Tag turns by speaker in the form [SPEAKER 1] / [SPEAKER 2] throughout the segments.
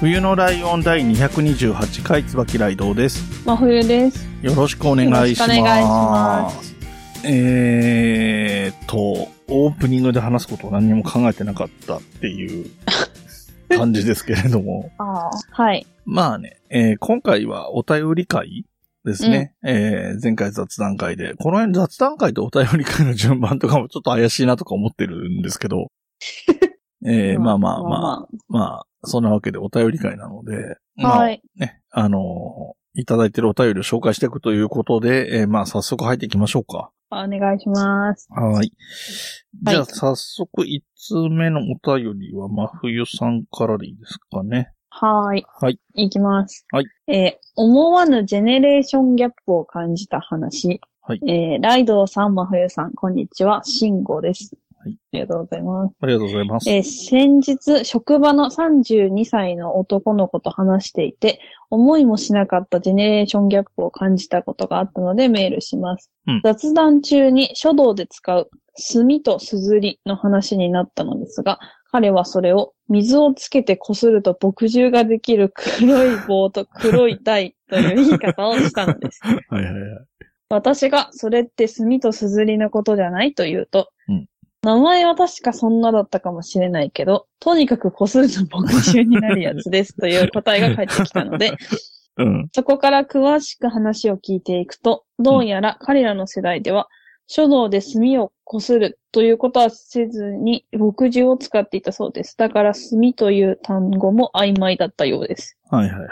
[SPEAKER 1] 冬のライオン第228回椿ライドウです。
[SPEAKER 2] 真冬です。
[SPEAKER 1] よろしくお願いします。
[SPEAKER 2] よろしくお願いしま
[SPEAKER 1] えーっと、オープニングで話すことを何にも考えてなかったって いう感じですけれども。
[SPEAKER 2] ああ。はい。
[SPEAKER 1] まあね、えー今回はお便り会ですね。えー前回雑談会で、この辺雑談会とお便り会の順番とかもちょっと怪しいなとか思ってるんです けど。えーまあまあまあ、まあ、そんなわけでお便り会なので、まあ
[SPEAKER 2] はい。
[SPEAKER 1] ね、あのーいただいてるお便りを紹介していくということで、えーまあ、早速入っていきましょうか。
[SPEAKER 2] お願いします。
[SPEAKER 1] はい。じゃ
[SPEAKER 2] は
[SPEAKER 1] あ、
[SPEAKER 2] い
[SPEAKER 1] 早速、1通目のお便りは、真冬さんからでいいですかね。
[SPEAKER 2] はい。
[SPEAKER 1] はい。
[SPEAKER 2] いきます。
[SPEAKER 1] はい。
[SPEAKER 2] えー思わぬジェネレーションギャップを感じた話。
[SPEAKER 1] はい
[SPEAKER 2] えーライドウさん、真冬さん、こんにちは。慎吾です。
[SPEAKER 1] はい。
[SPEAKER 2] ありがとうございます。
[SPEAKER 1] ありがとうございます。
[SPEAKER 2] えー先日、職場の32歳の男の子と話していて、思いもしなかったジェネレーションギャップを感じたことがあったのでメールします。
[SPEAKER 1] うん
[SPEAKER 2] 雑談中に書道で使う墨と硯の話になったのですが、彼はそれを水をつけてこすると墨汁ができる黒い棒と黒い台という言い方をしたのです。
[SPEAKER 1] はいはいはい。
[SPEAKER 2] 私が、それって墨と硯のことじゃないと言うと、
[SPEAKER 1] うん
[SPEAKER 2] 名前は確かそんなだったかもしれないけど、とにかくこすると墨汁になるやつですという答えが返ってきたの で、
[SPEAKER 1] うん。
[SPEAKER 2] そこから詳しく話を聞いていくと、どうやら彼らの世代では、書道で墨をこするということはせずに、墨汁を使っていたそうです。だから墨という単語も曖昧だったようです。
[SPEAKER 1] はいはいはい。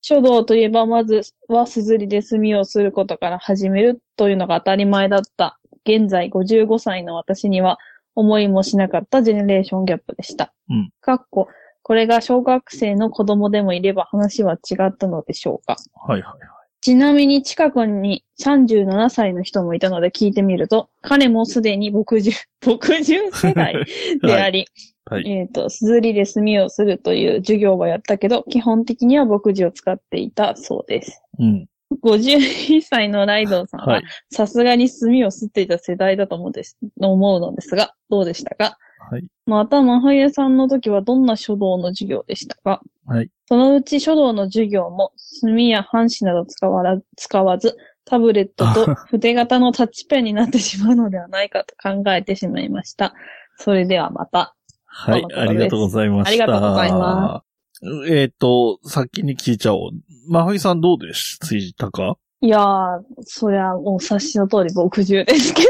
[SPEAKER 2] 書道といえば、まずは硯で墨をすることから始めるというのが当たり前だった。現在55歳の私には思いもしなかったジェネレーションギャップでした。
[SPEAKER 1] うん
[SPEAKER 2] かっこ、これが小学生の子供でもいれば話は違ったのでしょうか。
[SPEAKER 1] はいはいはい。
[SPEAKER 2] ちなみに近くに37歳の人もいたので聞いてみると、彼もすでに牧 獣、牧獣世代であり、
[SPEAKER 1] はいはい
[SPEAKER 2] えっ、と、硯で墨をするという授業はやったけど、基本的には牧獣を使っていたそうです。
[SPEAKER 1] うん。
[SPEAKER 2] 51歳のライドウさん
[SPEAKER 1] は、。
[SPEAKER 2] はいさすがに墨を吸っていた世代だと思うんです、思うのですが、どうでしたか
[SPEAKER 1] はい。
[SPEAKER 2] また、真冬さんの時はどんな書道の授業でしたか
[SPEAKER 1] はい。
[SPEAKER 2] そのうち書道の授業も、墨や半紙など使わら使わず、タブレットと筆型のタッチペンになってしまうのではないかと考えてしまいました。それではまた。
[SPEAKER 1] はい
[SPEAKER 2] とのこ。と
[SPEAKER 1] ありがとうございました。。
[SPEAKER 2] ありがとうございます
[SPEAKER 1] えっ、と、先に聞いちゃおう。真冬さんどうでしたか
[SPEAKER 2] いやー、そりゃ、お察しの通り、僕中です けど。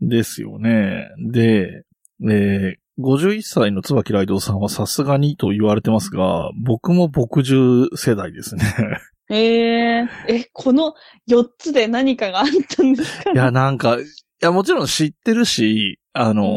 [SPEAKER 1] ですよね。で、えー、51歳の椿ライドウさんはさすがにと言われてますが、僕も牧獣世代ですね。
[SPEAKER 2] えー、え、この4つで何かがあったんですか
[SPEAKER 1] いや、なんか、いや、もちろん知ってるし、あのー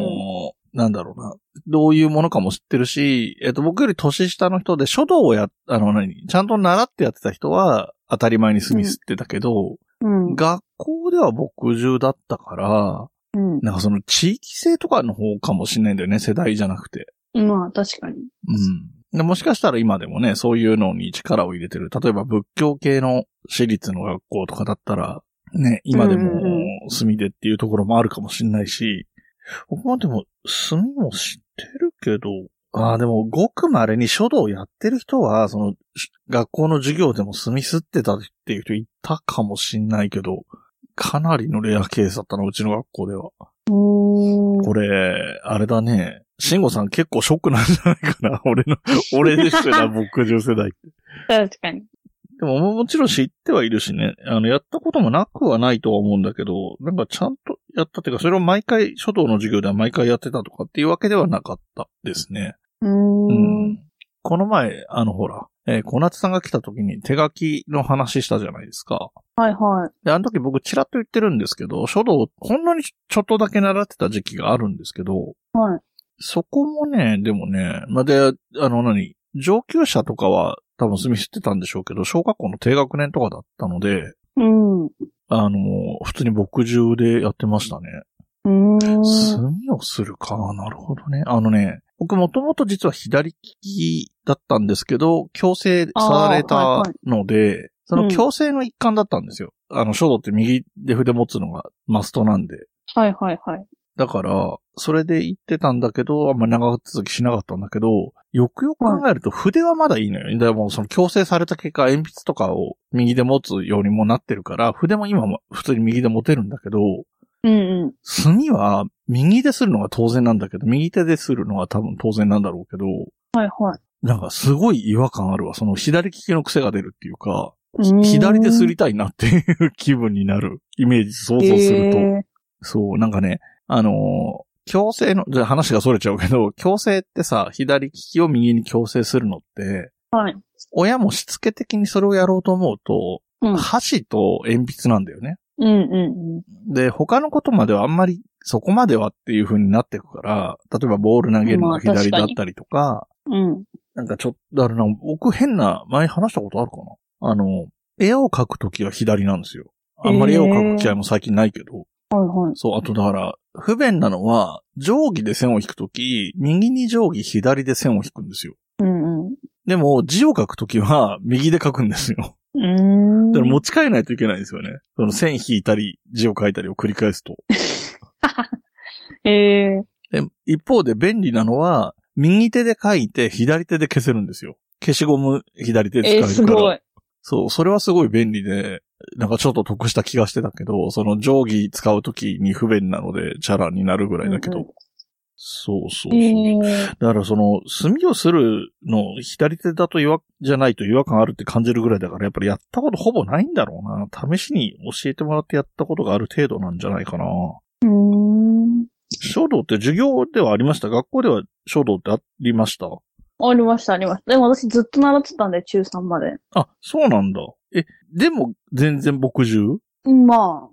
[SPEAKER 1] なんだろうな。どういうものかも知ってるし、えっと、僕より年下の人で書道をや、あの、何ちゃんと習ってやってた人は、当たり前に墨吸ってたけど、
[SPEAKER 2] うん。
[SPEAKER 1] 学校では牧獣だったから、
[SPEAKER 2] うん。
[SPEAKER 1] なんかその地域性とかの方かもしれないんだよね、世代じゃなくて。
[SPEAKER 2] まあ、確かに。
[SPEAKER 1] うん。でもしかしたら今でもね、そういうのに力を入れてる。例えば仏教系の私立の学校とかだったら、ね、今で
[SPEAKER 2] うんうん
[SPEAKER 1] も墨でっていうところもあるかもしれないし、僕はでも墨も知ってるけど、ああ、でもごく稀に書道やってる人は、そのし学校の授業でも墨吸ってたっていう人いたかもしれないけど、かなりのレアケースだったな、うちの学校では。
[SPEAKER 2] うーん。
[SPEAKER 1] これ、あれだね。慎吾さん結構ショックなんじゃないかな。 俺の、俺で すら、牧場世代って。
[SPEAKER 2] 確かに。
[SPEAKER 1] でも、もちろん知ってはいるしね。あの、やったこともなくはないとは思うんだけど、なんかちゃんとやったっていうか、それを毎回、書道の授業では毎回やってたとかっていうわけではなかったですね。
[SPEAKER 2] うーん。
[SPEAKER 1] うん。この前、あの、ほら、えー小夏さんが来た時に手書きの話したじゃないですか。
[SPEAKER 2] はいはい。
[SPEAKER 1] で、あの時僕ちらっと言ってるんですけど、書道、ほんのにちょっとだけ習ってた時期があるんですけど、
[SPEAKER 2] はい。
[SPEAKER 1] そこもね、でもね、まあで、あの何、上級者とかは多分墨知ってたんでしょうけど、小学校の低学年とかだったので、
[SPEAKER 2] うん。う
[SPEAKER 1] あの、普通に牧場でやってましたね。
[SPEAKER 2] ーん。
[SPEAKER 1] 墨をするか。なるほどね。あのね、僕もともと実は左利きだったんですけど、強制され
[SPEAKER 2] あー
[SPEAKER 1] た
[SPEAKER 2] はいはい
[SPEAKER 1] ので、そ
[SPEAKER 2] うん
[SPEAKER 1] の強制の一環だったんですよ。あの、書道って右で筆持つのがマストなんで。
[SPEAKER 2] はいはいはい。
[SPEAKER 1] だから、それで言ってたんだけど、あんまり長続きしなかったんだけど、よくよく考えると筆はまだいいのよ。でも、その強制された結果、鉛筆とかを右で持つようにもなってるから、筆も今も普通に右で持てるんだけど、
[SPEAKER 2] うんうん。
[SPEAKER 1] 墨は右でするのが当然なんだけど、右手でするのが多分当然なんだろうけど、
[SPEAKER 2] はいはい。
[SPEAKER 1] なんかすごい違和感あるわ。その左利きの癖が出るっていうか、
[SPEAKER 2] うーん
[SPEAKER 1] 左ですりたいなっていう気分になるイメージ想像すると。
[SPEAKER 2] え
[SPEAKER 1] そう、なんかね、あのー強制の、じゃあ話が逸れちゃうけど、強制ってさ、左利きを右に強制するのって、
[SPEAKER 2] ーはい。
[SPEAKER 1] 親もしつけ的にそれをやろうと思うと、
[SPEAKER 2] うん。
[SPEAKER 1] 箸と鉛筆なんだよね。
[SPEAKER 2] うんうんうん。
[SPEAKER 1] で、他のことまではあんまりそこまではっていう風になってくから、例えばボール投げるのが左だったりとか、
[SPEAKER 2] うん。
[SPEAKER 1] なんかちょっと、あれな、僕変な、前話したことあるかなあの、絵を描くときは左なんですよ。あんまり絵を描く機会も最近ないけど、
[SPEAKER 2] はいはい。
[SPEAKER 1] そう、あとだから、不便なのは、定規で線を引くとき、右に定規、左で線を引くんですよ。
[SPEAKER 2] うんうん。
[SPEAKER 1] でも、字を書くときは、右で書くんですよ。
[SPEAKER 2] うーん。
[SPEAKER 1] だから持ち替えないといけないんですよね。その線引いたり、字を書いたりを繰り返すと。
[SPEAKER 2] えー
[SPEAKER 1] で、一方で便利なのは、右手で書いて、左手で消せるんですよ。消しゴム、左手で使え
[SPEAKER 2] えー、
[SPEAKER 1] るから。
[SPEAKER 2] すごい。
[SPEAKER 1] そう、それはすごい便利で、なんかちょっと得した気がしてたけど、その定規使うときに不便なので、チャラになるぐらいだけど。
[SPEAKER 2] うんうん
[SPEAKER 1] そうそうそう。
[SPEAKER 2] えー
[SPEAKER 1] だからその、墨をするの、左手だと違和、じゃないと違和感あるって感じるぐらいだから、やっぱりやったことほぼないんだろうな。試しに教えてもらってやったことがある程度なんじゃないかな。
[SPEAKER 2] うーん。
[SPEAKER 1] 書道って授業ではありました学校では書道ってありました
[SPEAKER 2] ありました、ありました。でも私ずっと習ってたんで、中3まで。
[SPEAKER 1] あ、そうなんだ。え、でも全然墨汁
[SPEAKER 2] ま
[SPEAKER 1] へ
[SPEAKER 2] あ、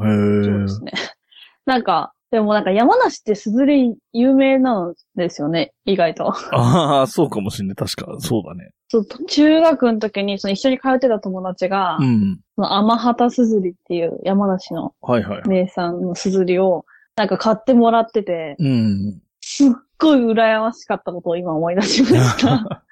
[SPEAKER 2] そう
[SPEAKER 1] え
[SPEAKER 2] で。すね。 なんか、でもなんか山梨ってすずり有名なんですよね、意外と。
[SPEAKER 1] ああ、そうかもしんない。確か。そうだね。
[SPEAKER 2] そう中学の時にその一緒に通ってた友達が、
[SPEAKER 1] うん。
[SPEAKER 2] その天畑すずりっていう山梨の
[SPEAKER 1] はいはい。
[SPEAKER 2] 名産のすずりをなんか買ってもらってて、
[SPEAKER 1] うん。
[SPEAKER 2] すっごい羨ましかったことを今思い出しま した。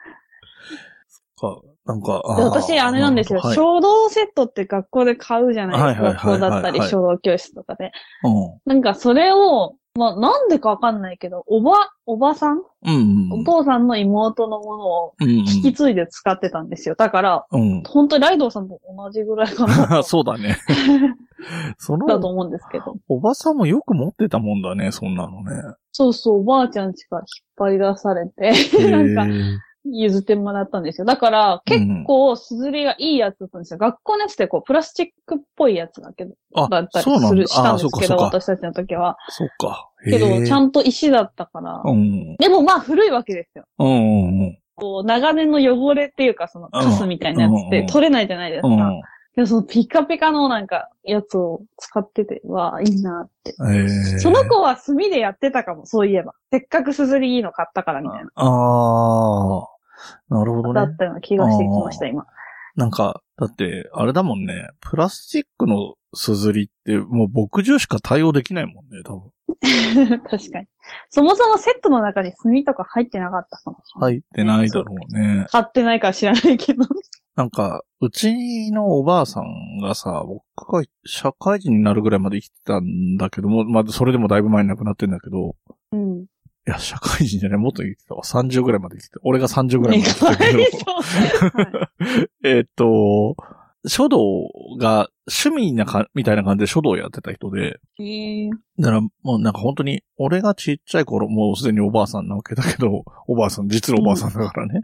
[SPEAKER 1] か、なんか、
[SPEAKER 2] で私、あれなんですよ、
[SPEAKER 1] はい、
[SPEAKER 2] 書道セットって学校で買うじゃないですか。
[SPEAKER 1] はいはいはいはい
[SPEAKER 2] 学校だったり、
[SPEAKER 1] はい
[SPEAKER 2] 書道教室とかで。
[SPEAKER 1] うん
[SPEAKER 2] なんかそれを、まあなんでかわかんないけど、おば、おばさん、
[SPEAKER 1] うん。
[SPEAKER 2] お父さんの妹のものを
[SPEAKER 1] うんうん
[SPEAKER 2] 引き継いで使ってたんですよ。だから、
[SPEAKER 1] うん。
[SPEAKER 2] 本当にライドウさんと同じぐらいか な。
[SPEAKER 1] そう だね。そ
[SPEAKER 2] だと
[SPEAKER 1] の、
[SPEAKER 2] 思うんですけど。
[SPEAKER 1] おばさんもよく持ってたもんだね、そんなのね。
[SPEAKER 2] そうそう、おばあちゃんちから引っ張り出されて、 なんか譲ってもらったんですよ。だから、結構、すずりがいいやつだったんですよ。学校のやつってこう、プラスチックっぽいやつだけど、
[SPEAKER 1] 構
[SPEAKER 2] だったり
[SPEAKER 1] そうな
[SPEAKER 2] す
[SPEAKER 1] んだ
[SPEAKER 2] る、。した
[SPEAKER 1] あ
[SPEAKER 2] ん
[SPEAKER 1] あ、
[SPEAKER 2] で
[SPEAKER 1] そ
[SPEAKER 2] す
[SPEAKER 1] っか
[SPEAKER 2] け
[SPEAKER 1] そ
[SPEAKER 2] ど、
[SPEAKER 1] っか。
[SPEAKER 2] 私たちの時は。
[SPEAKER 1] そっか。
[SPEAKER 2] けど、ちゃ
[SPEAKER 1] ん
[SPEAKER 2] んと石だったから。
[SPEAKER 1] うん。
[SPEAKER 2] でもまあ、古いわけですよ。
[SPEAKER 1] うんうんうん。
[SPEAKER 2] こう、長年の汚れっていうか、その、カスみたいなやつっ
[SPEAKER 1] うんうんう
[SPEAKER 2] て
[SPEAKER 1] ん
[SPEAKER 2] 取れないじゃないですか。
[SPEAKER 1] うん。
[SPEAKER 2] でもそのピカピカのなんか、やつを使ってて、わあ、いいなって。
[SPEAKER 1] へえ
[SPEAKER 2] その子は炭でやってたかも、そういえば。せっかくすずりいいの買ったからみたいな。
[SPEAKER 1] ああ、なるほど
[SPEAKER 2] だ
[SPEAKER 1] ね
[SPEAKER 2] っ。たような気がしてきました、今。
[SPEAKER 1] なんか、だって、あれだもんね。プラスチックのすずりって、もう牧場しか対応できないもんね、多分。
[SPEAKER 2] 確かに。そもそもセットの中に炭とか入ってなかったかもしれない。
[SPEAKER 1] 入ってないだろうね。
[SPEAKER 2] 買ってないから知らないけど。
[SPEAKER 1] なんか、うちのおばあさんがさ、僕が社会人になるぐらいまで生きてたんだけども、まあ、それでもだいぶ前に亡くなってんだけど、
[SPEAKER 2] うん。
[SPEAKER 1] いや、社会人じゃない、もっと生きてたわ。30ぐらいまで生きてた。俺が30ぐらいまで生き
[SPEAKER 2] かわ
[SPEAKER 1] てたけど
[SPEAKER 2] い。 そう。はい
[SPEAKER 1] えーっと、書道が趣味なか、みたいな感じで書道をやってた人で、
[SPEAKER 2] へー
[SPEAKER 1] だから、もうなんか本当に、俺がちっちゃい頃、もうすでにおばあさんなわけだけど、おばあさん、実のおばあさんだからね。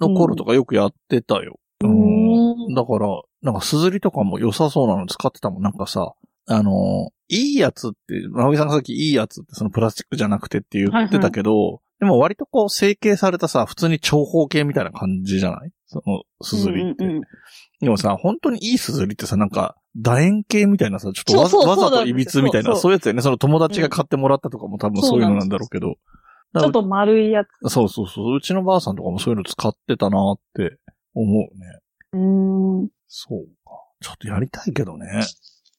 [SPEAKER 2] うん
[SPEAKER 1] の頃とかよくやってたよ。
[SPEAKER 2] う
[SPEAKER 1] うん
[SPEAKER 2] ん
[SPEAKER 1] だから、なんかすずりとかも良さそうなの使ってたもん。なんかさ、あのー、いいやつって、まおぎさんがさっきいいやつってそのプラスチックじゃなくてって言ってたけど、でも割とこう成形されたさ、普通に長方形みたいな感じじゃないそのすずりって。
[SPEAKER 2] うんうんうん
[SPEAKER 1] でもさ、本当にいいすずりってさ、なんか、楕円形みたいなさ、ちょっとわざ
[SPEAKER 2] そうそう
[SPEAKER 1] わ
[SPEAKER 2] そうな
[SPEAKER 1] ざ
[SPEAKER 2] ん
[SPEAKER 1] と
[SPEAKER 2] です
[SPEAKER 1] いびつみ
[SPEAKER 2] そ
[SPEAKER 1] たいな、
[SPEAKER 2] うそう
[SPEAKER 1] そういうやつよね。その友達が買ってもらったとかも多分そういうのなんだろうけど。
[SPEAKER 2] ちょっと丸いやつ。
[SPEAKER 1] そうそうそう。うちのばあさんとかもそういうの使ってたなーって思うね。
[SPEAKER 2] うーん。
[SPEAKER 1] そうか。ちょっとやりたいけどね。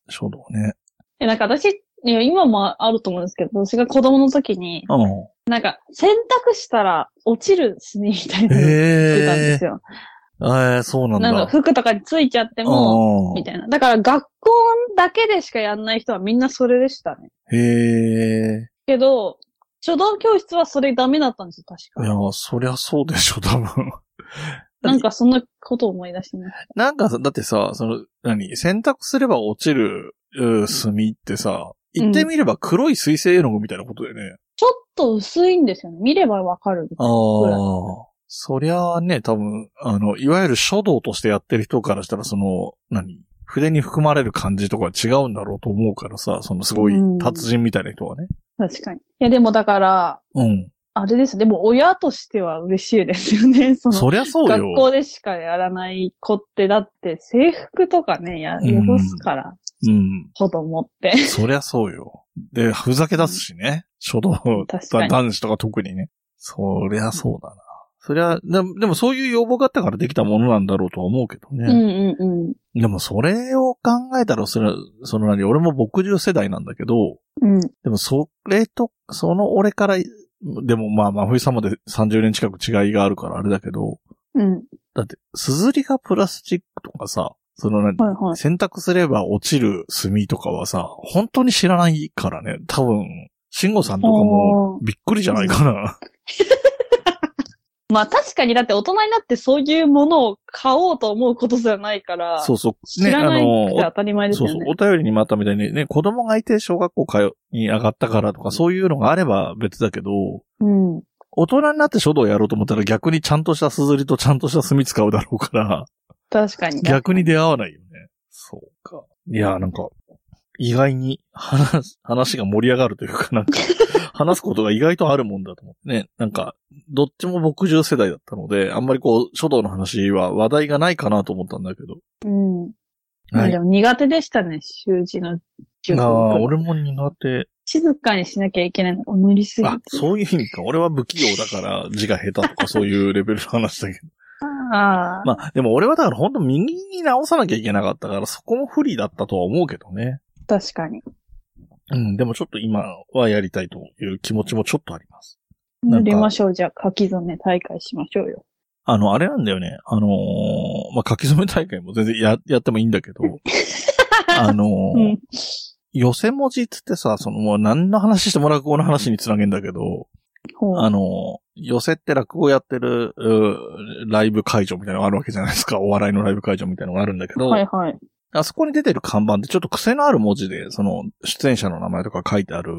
[SPEAKER 1] 書道ね。
[SPEAKER 2] え、なんか私、いや、今もあると思うんですけど、私が子供の時に、
[SPEAKER 1] うん。
[SPEAKER 2] なんか、洗濯したら落ちる炭みたいなのを作ってたんで
[SPEAKER 1] え
[SPEAKER 2] すよ。
[SPEAKER 1] えー、そうなんだ。
[SPEAKER 2] なんか、服とかについちゃっても、
[SPEAKER 1] うん
[SPEAKER 2] みたいな。だから、学校だけでしかやんない人はみんなそれでしたね。
[SPEAKER 1] へえ。
[SPEAKER 2] けど、書道教室はそれダメだったんですよ、確
[SPEAKER 1] い
[SPEAKER 2] か。
[SPEAKER 1] や、そりゃそうでしょ、多分。
[SPEAKER 2] なんか、そんなことを思い出してね。
[SPEAKER 1] なんかさ、だってさ、その、何、洗濯すれば落ちる、うー炭ってさ、言ってみれば黒い水性絵の具みたいなことだよね。
[SPEAKER 2] ちょっと薄いんですよね。見ればわかる。
[SPEAKER 1] ああ。そりゃあね、多分、あの、いわゆる書道としてやってる人からしたら、その、何筆に含まれる感じとか違うんだろうと思うからさ、そのすごい
[SPEAKER 2] うん
[SPEAKER 1] 達人みたいな人はね。
[SPEAKER 2] 確かに。いや、でもだから、
[SPEAKER 1] うん。
[SPEAKER 2] あれです。でも、親としては嬉しいですよね。 その
[SPEAKER 1] そりゃそう
[SPEAKER 2] 学校
[SPEAKER 1] よ。
[SPEAKER 2] でしかやらない子って、だって制服とかね、や、
[SPEAKER 1] うん
[SPEAKER 2] 汚すから、
[SPEAKER 1] うん。
[SPEAKER 2] 子供って。
[SPEAKER 1] そりゃそうよ。で、ふざけ出すしね。書道、
[SPEAKER 2] 確か
[SPEAKER 1] だ
[SPEAKER 2] に。
[SPEAKER 1] 男子とか特にね。そりゃそうだな。そりゃ、でもでもそういう要望があったからできたものなんだろうとは思うけど
[SPEAKER 2] うん
[SPEAKER 1] ね。
[SPEAKER 2] うん
[SPEAKER 1] でもそれを考えたら、それは、その何、俺も牧獣世代なんだけど、
[SPEAKER 2] うん。うん。
[SPEAKER 1] でもそれと、その俺から、でもまあ真冬さまで30年近く違いがあるからあれだけど、
[SPEAKER 2] うん。
[SPEAKER 1] だって、すずりがプラスチックとかさ、その何、
[SPEAKER 2] はいはい。
[SPEAKER 1] 洗濯すれば落ちる炭とかはさ、本当に知らないからね。多分、慎吾さんとかもびっくりじゃないかな。
[SPEAKER 2] まあ確かにだって大人になってそういうものを買おうと思うことじゃないから、
[SPEAKER 1] そうそう。
[SPEAKER 2] 知らないくて当たり前です
[SPEAKER 1] そ
[SPEAKER 2] よ
[SPEAKER 1] う
[SPEAKER 2] ね。
[SPEAKER 1] そう。お便りにもあったみたいにね、子供がいて小学校通に上がったからとか、そういうのがあれば別だけど、
[SPEAKER 2] うん。
[SPEAKER 1] 大人になって書道やろうと思ったら逆にちゃんとした硯とちゃんとした墨使うだろうから、
[SPEAKER 2] 確かに。
[SPEAKER 1] 逆に出会わないよね。そうか。いや、なんか、意外に話、 話が盛り上がるというか、 なんか、話すことが意外とあるもんだと思ってね。なんか、どっちも牧獣世代だったので、あんまりこう、書道の話は話題がないかなと思ったんだけど。
[SPEAKER 2] うん。まあでも苦手でしたね、習字の
[SPEAKER 1] あ
[SPEAKER 2] 授
[SPEAKER 1] あ、
[SPEAKER 2] 業。
[SPEAKER 1] 俺も苦手。
[SPEAKER 2] 静かにしなきゃいけないのが無理すぎて
[SPEAKER 1] あ、。そういう意味か。俺は不器用だから字が下手と かそういうレベルの話だけど。
[SPEAKER 2] ああ。
[SPEAKER 1] まあ、でも俺はだから本当右に直さなきゃいけなかったから、そこも不利だったとは思うけどね。
[SPEAKER 2] 確かに。
[SPEAKER 1] うん、でもちょっと今はやりたいという気持ちもちょっとあります。な
[SPEAKER 2] や
[SPEAKER 1] んか
[SPEAKER 2] りましょう。じゃあ、書き初め大会しましょうよ。
[SPEAKER 1] あの、あれなんだよね。あのーまあ、書き初め大会も全然や、やってもいいん だけど、あのー
[SPEAKER 2] うん。
[SPEAKER 1] 寄せ文字っつってさ、そのもう何の話しても落語の話につなげんだけど、
[SPEAKER 2] ほう
[SPEAKER 1] あの、寄せって落語やってる、うーライブ会場みたいなのがあるわけじゃないですか。お笑いのライブ会場みたいなのがあるんだけど、
[SPEAKER 2] はいはい。
[SPEAKER 1] あそこに出てる看板ってちょっと癖のある文字で、その、出演者の名前とか書いてある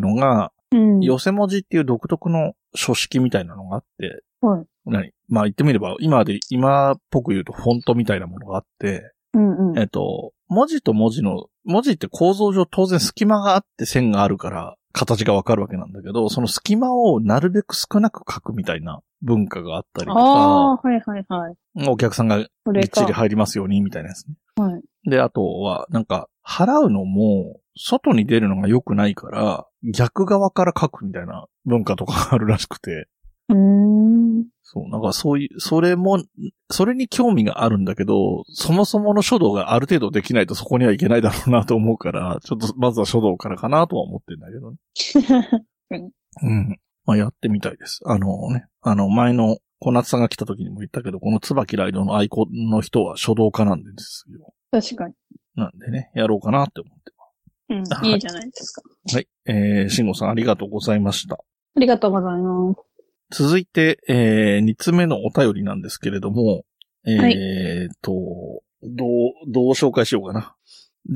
[SPEAKER 1] のが、
[SPEAKER 2] うん。
[SPEAKER 1] 寄せ文字っていう独特の書式みたいなのがあって、
[SPEAKER 2] はい
[SPEAKER 1] 何まあ言ってみれば、今で、今っぽく言うとフォントみたいなものがあって、
[SPEAKER 2] うんうん。
[SPEAKER 1] えっと、文字と文字の、文字って構造上当然隙間があって線があるから形がわかるわけなんだけど、その隙間をなるべく少なく書くみたいな文化があったりと
[SPEAKER 2] あ
[SPEAKER 1] か、
[SPEAKER 2] あ、はいはいはい。
[SPEAKER 1] お客さんがぎ
[SPEAKER 2] こ
[SPEAKER 1] っ
[SPEAKER 2] れ
[SPEAKER 1] ち
[SPEAKER 2] か。
[SPEAKER 1] り入りますようにみたいなやつね。
[SPEAKER 2] はい。
[SPEAKER 1] で、あとは、なんか、払うのも、外に出るのが良くないから、逆側から書くみたいな文化とかがあるらしくて、
[SPEAKER 2] うーん。
[SPEAKER 1] そう、なんかそういう、それも、それに興味があるんだけど、そもそもの書道がある程度できないとそこにはいけないだろうなと思うから、ちょっとまずは書道からかなとは思ってんだけどね。うん。まあやってみたいです。あのね、あの前の小夏さんが来た時にも言ったけど、この椿ライドのアイコンの人は書道家なんですよ。
[SPEAKER 2] 確かに。
[SPEAKER 1] なんでね、やろうかなって思って
[SPEAKER 2] うん。
[SPEAKER 1] はい
[SPEAKER 2] いいじゃないですか。
[SPEAKER 1] ます。はい。えー、慎吾さんありがとうございました。
[SPEAKER 2] ありがとうございます。
[SPEAKER 1] 続いて、えー、二つ目のお便りなんですけれども、えー
[SPEAKER 2] はい
[SPEAKER 1] と、どう、どう紹介しようかな。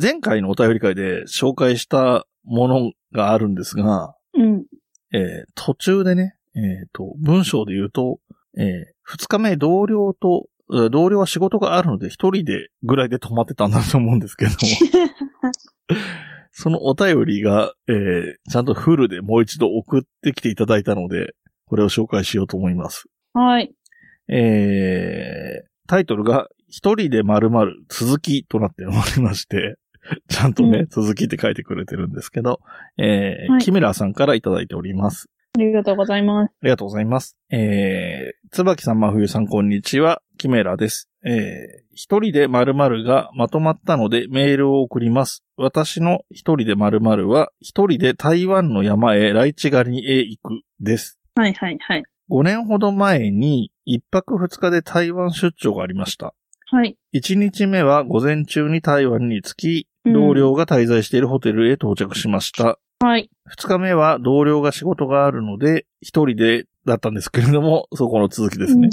[SPEAKER 1] 前回のお便り会で紹介したものがあるんですが、
[SPEAKER 2] うん。
[SPEAKER 1] えー途中でね、えーと、文章で言うと、えー二日目同僚と、えー同僚は仕事があるので一人でぐらいで泊まってたんだと思うんで すけども、そのお便りが、えーちゃんとフルでもう一度送ってきていただいたので、これを紹介しようと思います。
[SPEAKER 2] はい。
[SPEAKER 1] えー、タイトルが、一人で〇〇続きとなっておりまして、ちゃんとね、
[SPEAKER 2] う
[SPEAKER 1] 続きって書いてくれてるんですけど、えー
[SPEAKER 2] はい
[SPEAKER 1] キメラさんからいただいております。
[SPEAKER 2] りがとうございます。
[SPEAKER 1] ありがとうございます。えー、つばきさん、まふゆさん、こんにちは。キメラです。えー、一人で〇〇がまとまったのでメールを送ります。私の一人で〇〇は、一人で台湾の山へライチ狩りへ行くです。
[SPEAKER 2] はいはいはい。
[SPEAKER 1] 5年ほど前に、一泊二日で台湾出張がありました。
[SPEAKER 2] はい。
[SPEAKER 1] 1日目は午前中に台湾に着き、
[SPEAKER 2] うん
[SPEAKER 1] 同僚が滞在しているホテルへ到着しました。
[SPEAKER 2] はい。
[SPEAKER 1] 二日目は同僚が仕事があるので、一人でだったんですけれども、そこの続きですね。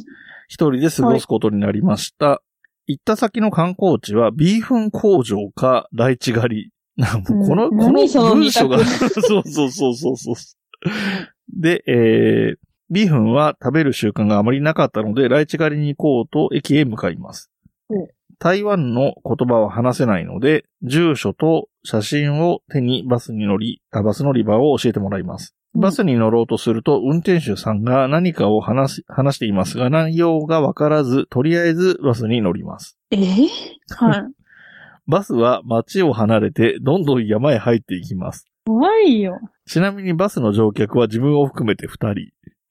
[SPEAKER 1] 一、人で過ごすことになりました。行った先の観光地は、ビーフン工場か、ライチ狩り。なんかもうこ
[SPEAKER 2] うん
[SPEAKER 1] の、この
[SPEAKER 2] 何その
[SPEAKER 1] 文章が、
[SPEAKER 2] 二
[SPEAKER 1] そうそうそうそうそう。で、えー、ビーフンは食べる習慣があまりなかったので、ライチ狩りに行こうと駅へ向かいます
[SPEAKER 2] うん。
[SPEAKER 1] 台湾の言葉は話せないので、住所と写真を手にバスに乗り、あバス乗り場を教えてもらいます。
[SPEAKER 2] うん
[SPEAKER 1] バスに乗ろうとすると、運転手さんが何かを話し、話していますが、内容がわからず、とりあえずバスに乗ります。
[SPEAKER 2] うん。えーはい。
[SPEAKER 1] バスは街を離れて、どんどん山へ入っていきます。
[SPEAKER 2] 怖いよ。
[SPEAKER 1] ちなみにバスの乗客は自分を含めて二人。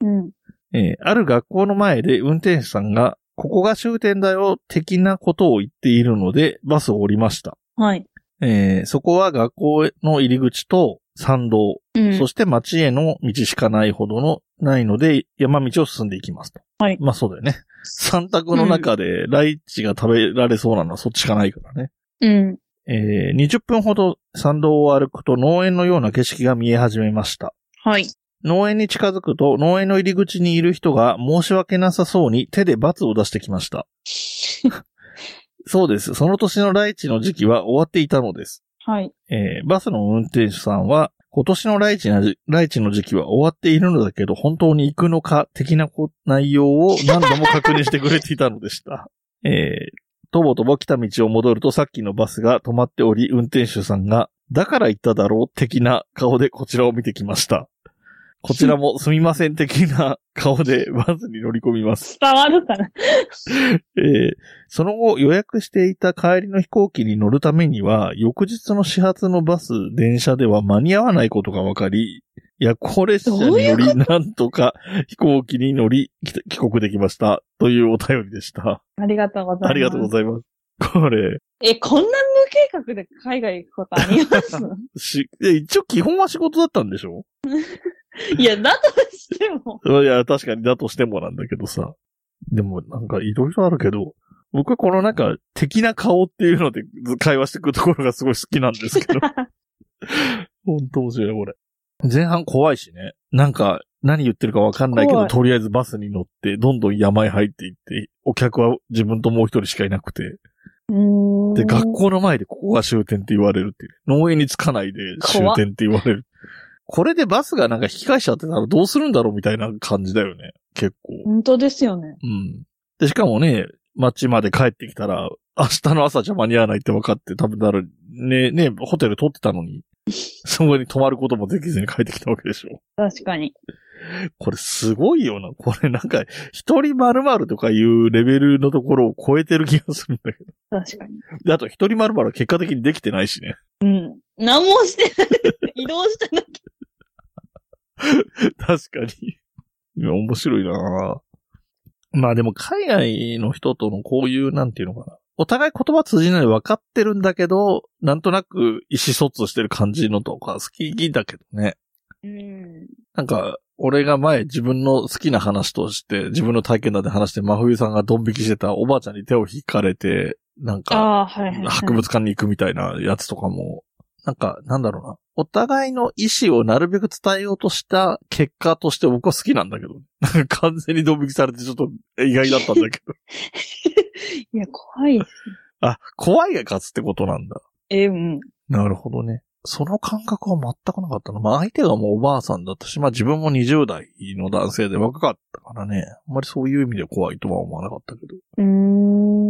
[SPEAKER 2] うん。
[SPEAKER 1] えーある学校の前で運転手さんが、ここが終点だよ、的なことを言っているので、バスを降りました。
[SPEAKER 2] はい。
[SPEAKER 1] えーそこは学校の入り口と参道、
[SPEAKER 2] うん
[SPEAKER 1] そ。して町への道しかないほどの、ないので、山道を進んでいきますと。
[SPEAKER 2] はい
[SPEAKER 1] まあそうだよね。三択の中で、ライチが食べられそうなのはそっちしかないからね。
[SPEAKER 2] うん。
[SPEAKER 1] えー20分ほど参道を歩くと農園のような景色が見え始めました。
[SPEAKER 2] はい。
[SPEAKER 1] 農園に近づくと、農園の入り口にいる人が申し訳なさそうに手で罰を出してき ました。そうです。その年のライチの時期は終わっていたのです。
[SPEAKER 2] はい。
[SPEAKER 1] えーバスの運転手さんは、今年のライチなじライチの時期は終わっているのだけど、本当に行くのか、的なこ内容を何度も確認してくれていたのでした。 えーとぼとぼ来た道を戻るとさっきのバスが止まっており、運転手さんが、だから行っただろう、的な顔でこちらを見てきました。こちらもすみません的な顔でバスに乗り込みます。
[SPEAKER 2] 伝わるかな
[SPEAKER 1] えーその後予約していた帰りの飛行機に乗るためには、翌日の始発のバス、電車では間に合わないことが分かり、夜行列車により、なんとか飛行機に乗り、帰帰国できました。というお便りでした。
[SPEAKER 2] ありがとうございます。
[SPEAKER 1] ありがとうございます。これ、
[SPEAKER 2] え、こんな無計画で海外行くことあります
[SPEAKER 1] し、いや一応基本は仕事だったんでしょ
[SPEAKER 2] いや、だとして も。
[SPEAKER 1] いや、確かにだとしてもなんだけどさ。でもなんかいろいろあるけど、僕はこのなんか敵な顔っていうので会話してくるところがすごい好きなんですけど。ほんと面白い、これ。前半怖いしね。なんか、何言ってるかわかんないけど、
[SPEAKER 2] 怖い
[SPEAKER 1] とりあえずバスに乗って、どんどん山へ入っていって、お客は自分ともう一人しかいなくて、
[SPEAKER 2] うーん。
[SPEAKER 1] で、学校の前でここが終点って言われるっていう。農園に着かないで終
[SPEAKER 2] 怖っ
[SPEAKER 1] 点って言われる。これでバスがなんか引き返しちゃってたらどうするんだろうみたいな感じだよね。結構。
[SPEAKER 2] 本当ですよね。
[SPEAKER 1] うん。で、しかもね、街まで帰ってきたら、明日の朝じゃ間に合わないって分かって、多分だろ、ね、ね、ホテル取ってたのに、そこに泊まることもできずに帰ってきたわけでしょ。
[SPEAKER 2] 確かに。
[SPEAKER 1] これすごいよな。これなんか、一人〇〇とかいうレベルのところを超えてる気がするんだけど。
[SPEAKER 2] 確かに。
[SPEAKER 1] で、あと一人〇〇は結果的にできてないしね。
[SPEAKER 2] うん。何もしてない。移動してない。
[SPEAKER 1] 確かに。いや、面白いなまあでも海外の人とのこういう、なんていうのかな。お互い言葉通じないで分かってるんだけど、なんとなく意思疎通してる感じのとか好きだけどね。
[SPEAKER 2] うん。
[SPEAKER 1] なんか、俺が前自分の好きな話として、自分の体験談で話して、真冬さんがドン引きしてたおばあちゃんに手を引かれて、なん
[SPEAKER 2] あ
[SPEAKER 1] か、
[SPEAKER 2] あ、はい はい、はい。
[SPEAKER 1] 博物館に行くみたいなやつとかも、なんか、なんだろうな。お互いの意思をなるべく伝えようとした結果として僕は好きなんだけど。 なんか完全にドン引きされてちょっと意外だったんだけど。
[SPEAKER 2] いや、怖いです。
[SPEAKER 1] あ、怖いが勝つってことなんだ。
[SPEAKER 2] え、うん。
[SPEAKER 1] なるほどね。その感覚は全くなかったな。まあ相手がもうおばあさんだったし、まあ自分も20代の男性で若かったからね。あんまりそういう意味で怖いとは思わなかったけど。
[SPEAKER 2] うー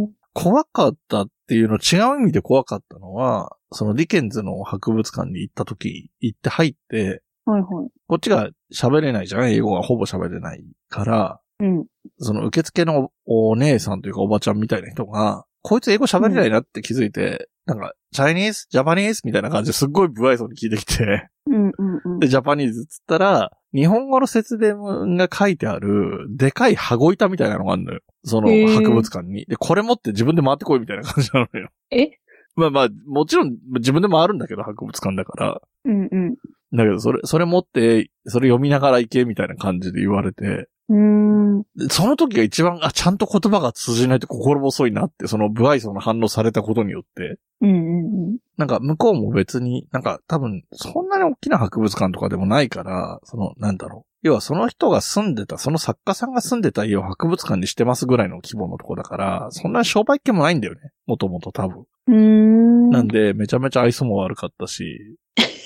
[SPEAKER 2] ん。
[SPEAKER 1] 怖かったっていうの、違う意味で怖かったのは、そのディケンズの博物館に行った時、行って入って、
[SPEAKER 2] はいはい。
[SPEAKER 1] こっちが喋れないじゃない英語がほぼ喋れないから、
[SPEAKER 2] うん。
[SPEAKER 1] その受付のお姉さんというかおばちゃんみたいな人が、こいつ英語喋れないなって気づいて、なんか、チャイニーズ、ジャパニーズみたいな感じですっごい不愛想に聞いてきて、
[SPEAKER 2] うんうんうん
[SPEAKER 1] で、。ジャパニーズっつったら、日本語の説明が書いてある、でかい箱板みたいなのがあるのよ。その
[SPEAKER 2] へー
[SPEAKER 1] 博物館に。で、これ持って自分で回ってこいみたいな感じなのよ。
[SPEAKER 2] え
[SPEAKER 1] まあまあ、もちろん自分で回るんだけど、博物館だから。
[SPEAKER 2] うんうん。
[SPEAKER 1] だけど、それ、それ持って、それ読みながら行けみたいな感じで言われて、
[SPEAKER 2] うーん。
[SPEAKER 1] でその時が一番、あ、ちゃんと言葉が通じないと心細いなって、その不愛想な反応されたことによって、
[SPEAKER 2] うんうんうん。
[SPEAKER 1] なんか向こうも別に、なんか多分、そんなに大きな博物館とかでもないから、その、なんだろう。要はその人が住んでた、その作家さんが住んでた家を博物館にしてますぐらいの規模のとこだから、そんな商売権もないんだよね。もともと多分。
[SPEAKER 2] うーん。
[SPEAKER 1] なんで、めちゃめちゃ愛想も悪かっ たし、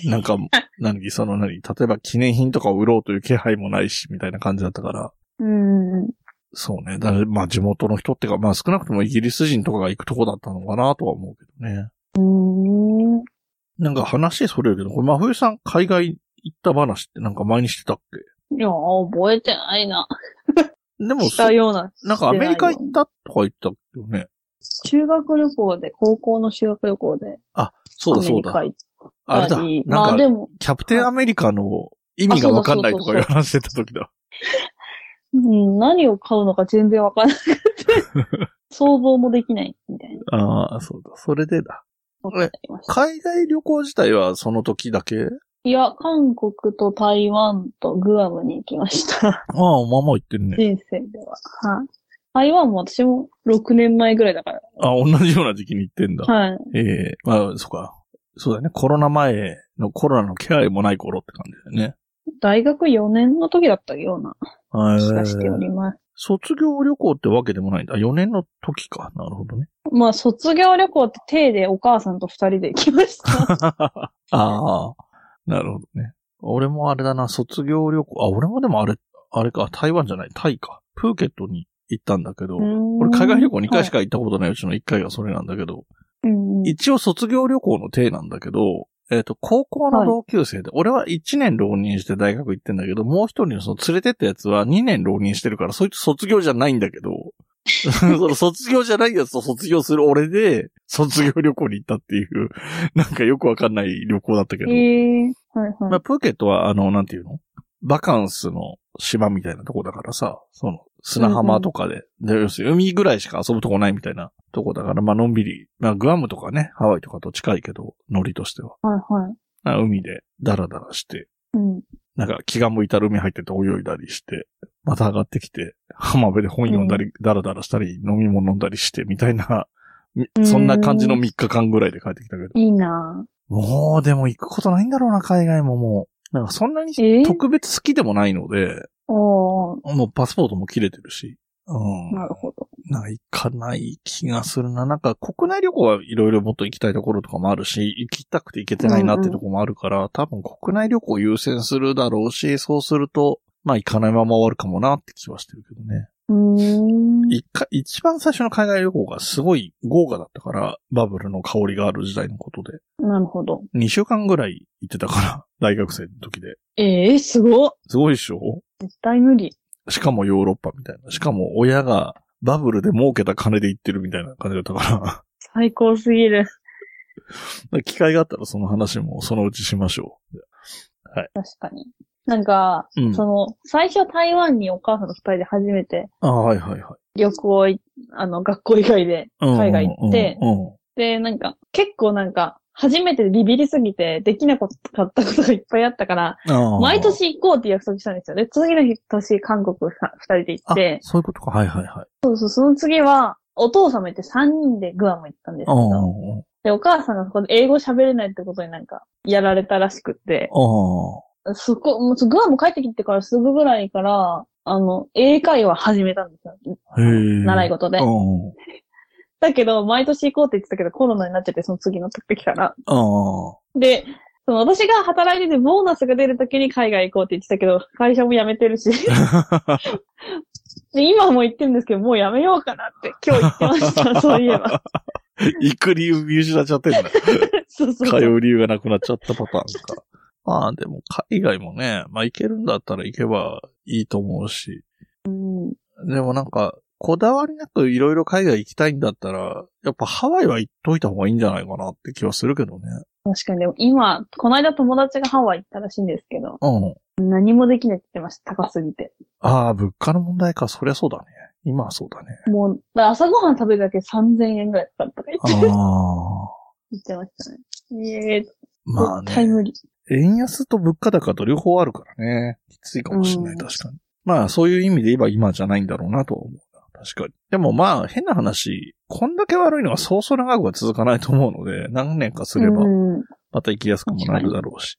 [SPEAKER 1] なんか、何、その何、例えば記念品とかを売ろうという気配もないし、みたいな感じだったから、
[SPEAKER 2] うんうん。
[SPEAKER 1] そうね。だからまあ地元の人ってか、まあ少なくともイギリス人とかが行くとこだったのかなとは思うけどね。
[SPEAKER 2] うーん。
[SPEAKER 1] なんか話それるけど、これ真冬さん海外行った話ってなんか前にしてたっ
[SPEAKER 2] いやー、覚えてないな。
[SPEAKER 1] けでも、
[SPEAKER 2] したような。
[SPEAKER 1] なんかアメリカ
[SPEAKER 2] してないよ
[SPEAKER 1] 行ったとか言ったけどね。
[SPEAKER 2] 修学旅行で、高校の修学旅行で、
[SPEAKER 1] そうだそう
[SPEAKER 2] ア
[SPEAKER 1] だ。
[SPEAKER 2] メリカ
[SPEAKER 1] あれ
[SPEAKER 2] 行っ
[SPEAKER 1] だ
[SPEAKER 2] たり。。ま
[SPEAKER 1] な
[SPEAKER 2] あ
[SPEAKER 1] んか、
[SPEAKER 2] でも、
[SPEAKER 1] キャプテンアメリカの意味がわかんないとかいう話してた時だ。
[SPEAKER 2] うん、何を買うのか全然わからなくて、 想像もできないみたいな
[SPEAKER 1] ああ、そうだ。それでだ。
[SPEAKER 2] ことになりました。
[SPEAKER 1] 海外旅行自体はその時だけ
[SPEAKER 2] いや、韓国と台湾とグアムに行きました。
[SPEAKER 1] ああ、まあまあ行ってるね。
[SPEAKER 2] 人生では。はい。台湾も私も6年前ぐらいだから。
[SPEAKER 1] あ同じような時期に行ってんだ。
[SPEAKER 2] はい。
[SPEAKER 1] ええまあ、そうか。そうだね。コロナ前のコロナの気配もない頃って感じだよね。
[SPEAKER 2] 大学4年の時だったような気がしてお
[SPEAKER 1] はい。
[SPEAKER 2] ります。
[SPEAKER 1] 卒業旅行ってわけでもないんだ。4年の時か。なるほどね。
[SPEAKER 2] まあ、卒業旅行って手でお母さんと二人で行きました。
[SPEAKER 1] ああ、なるほどね。俺もあれだな、卒業旅行。あ、俺もでもあれ、あれか、台湾じゃない、タイか。プーケットに行ったんだけど、俺
[SPEAKER 2] 俺
[SPEAKER 1] 海外旅行2回しか行ったことないうちの1回がそれなんだけ
[SPEAKER 2] うんう
[SPEAKER 1] ど、
[SPEAKER 2] ん
[SPEAKER 1] 一応卒業旅行の体なんだけど、えっ、と、高校の同級生で、俺は1年浪人して大学行ってんだけど、もう一人のその連れてったやつは2年浪人してるから、そいつ卒業じゃないんだけど、 その卒業じゃないやつと卒業する俺で、卒業旅行に行ったっていう、なんかよくわかんない旅行だったけど、
[SPEAKER 2] ええはい
[SPEAKER 1] ま
[SPEAKER 2] は
[SPEAKER 1] あ、プーケットは、あの、なんていうのバカンスの島みたいなとこだからさ、その、砂浜とかで、で要するに海ぐらいしか遊ぶとこないみたいなとこだから、まあ、のんびり、まあ、グアムとかね、ハワイとかと近いけど、ノリとしては。
[SPEAKER 2] い。はいはい。
[SPEAKER 1] まあ海で、ダラダラして、
[SPEAKER 2] うん。
[SPEAKER 1] なんか気が向いたら海入ってて泳いだりして、また上がってきて、浜辺で本読んだり、ダラダラしたり、飲み物飲んだりして、みたいな、み
[SPEAKER 2] うん
[SPEAKER 1] そんな感じの3日間ぐらいで帰ってきたけど。
[SPEAKER 2] いいな
[SPEAKER 1] もう、でも行くことないんだろうな、海外ももう。なんかそんなに
[SPEAKER 2] えー
[SPEAKER 1] 特別好きでもないので、
[SPEAKER 2] ぁ。おー、
[SPEAKER 1] もうパスポートも切れてるし。うん。
[SPEAKER 2] なるほど。
[SPEAKER 1] なんか行かない気がするな。なんか国内旅行はいろいろもっと行きたいところとかもあるし、行きたくて行けてないなってとこもあるから、多分国内旅行優先するだろうし、そうすると、まあ行かないまま終わるかもなって気はしてるけどね。
[SPEAKER 2] うーん。
[SPEAKER 1] 一回、一番最初の海外旅行がすごい豪華だったから、バブルの香りがある時代のことで。
[SPEAKER 2] なるほど。
[SPEAKER 1] 2週間ぐらい行ってたから、大学生の時で。
[SPEAKER 2] ええすごっ
[SPEAKER 1] すごいでしょ
[SPEAKER 2] 絶対無理。
[SPEAKER 1] しかもヨーロッパみたいな。しかも親がバブルで儲けた金で行ってるみたいな感じだったから だか
[SPEAKER 2] 最高すぎる。
[SPEAKER 1] ら。機会があったらその話もそのうちしましょう。
[SPEAKER 2] 確かに。なんか、
[SPEAKER 1] うん
[SPEAKER 2] その、最初台湾にお母さんと二人で初めて
[SPEAKER 1] あはいはいはい。
[SPEAKER 2] 旅行い、あの、学校以外で。
[SPEAKER 1] うん
[SPEAKER 2] 海外行って
[SPEAKER 1] うんうん
[SPEAKER 2] で、なんか、結構なんか、初めてビビりすぎて、できなかったことがいっぱいあったから、
[SPEAKER 1] あー
[SPEAKER 2] 毎年行こうって約束したんですよ。で、次の日年、韓国さ二人で行
[SPEAKER 1] あ
[SPEAKER 2] って、
[SPEAKER 1] そういうことか。はいはいはい。
[SPEAKER 2] そうそう、その次は、お父様って3人でグアム行ったんですけ
[SPEAKER 1] うんう
[SPEAKER 2] ど、
[SPEAKER 1] んうん
[SPEAKER 2] で、お母さんがそこで英語喋れないってことになんか、やられたらしくって、
[SPEAKER 1] あ
[SPEAKER 2] そこ、もうそうグアム帰ってきてからすぐぐらいから、あの、英会話始めたんですよ。
[SPEAKER 1] あ。へえ。
[SPEAKER 2] 習い事で
[SPEAKER 1] う。んうん。
[SPEAKER 2] だけど、毎年行こうって言ってたけど、コロナになっちゃって、その次の時から。
[SPEAKER 1] ああ。
[SPEAKER 2] で、その私が働いててボーナスが出る時に海外行こうって言ってたけど、会社も辞めてる し。で、今も行ってるんですけど、もう辞めようかなって、今日言ってま した、 そういえば。
[SPEAKER 1] 行く理由見失っちゃってんだ。
[SPEAKER 2] そうそうそう。
[SPEAKER 1] 通う理由がなくなっちゃったパター ンか。まあでも海外もね、まあ行けるんだったら行けばいいと思うし。
[SPEAKER 2] うん
[SPEAKER 1] でもなんか、こだわりなくいろいろ海外行きたいんだったら、やっぱハワイは行っといた方がいいんじゃないかなって気はするけどね。
[SPEAKER 2] 確かに、でも今、この間友達がハワイ行ったらしいんですけど、
[SPEAKER 1] うん。
[SPEAKER 2] 何もできないって言ってました。高すぎて。
[SPEAKER 1] ああ、物価の問題か。そりゃそうだね。今はそうだね。
[SPEAKER 2] もう、だから朝ごはん食べるだけで3000円ぐらいかかったとか言っ
[SPEAKER 1] あ
[SPEAKER 2] て
[SPEAKER 1] あ。
[SPEAKER 2] 言ってましたね。ええー、
[SPEAKER 1] まあ
[SPEAKER 2] 絶対
[SPEAKER 1] ね。
[SPEAKER 2] 無理。
[SPEAKER 1] 円安と物価高と両方あるからね。きついかもしれない、
[SPEAKER 2] うん
[SPEAKER 1] 確かに。まあ、そういう意味で言えば今じゃないんだろうなとは思うな。確かに。でもまあ、変な話、こんだけ悪いのはそうそう長くは続かないと思うので、何年かすれば
[SPEAKER 2] う、ん。で
[SPEAKER 1] また行きやすくもなるだろうし。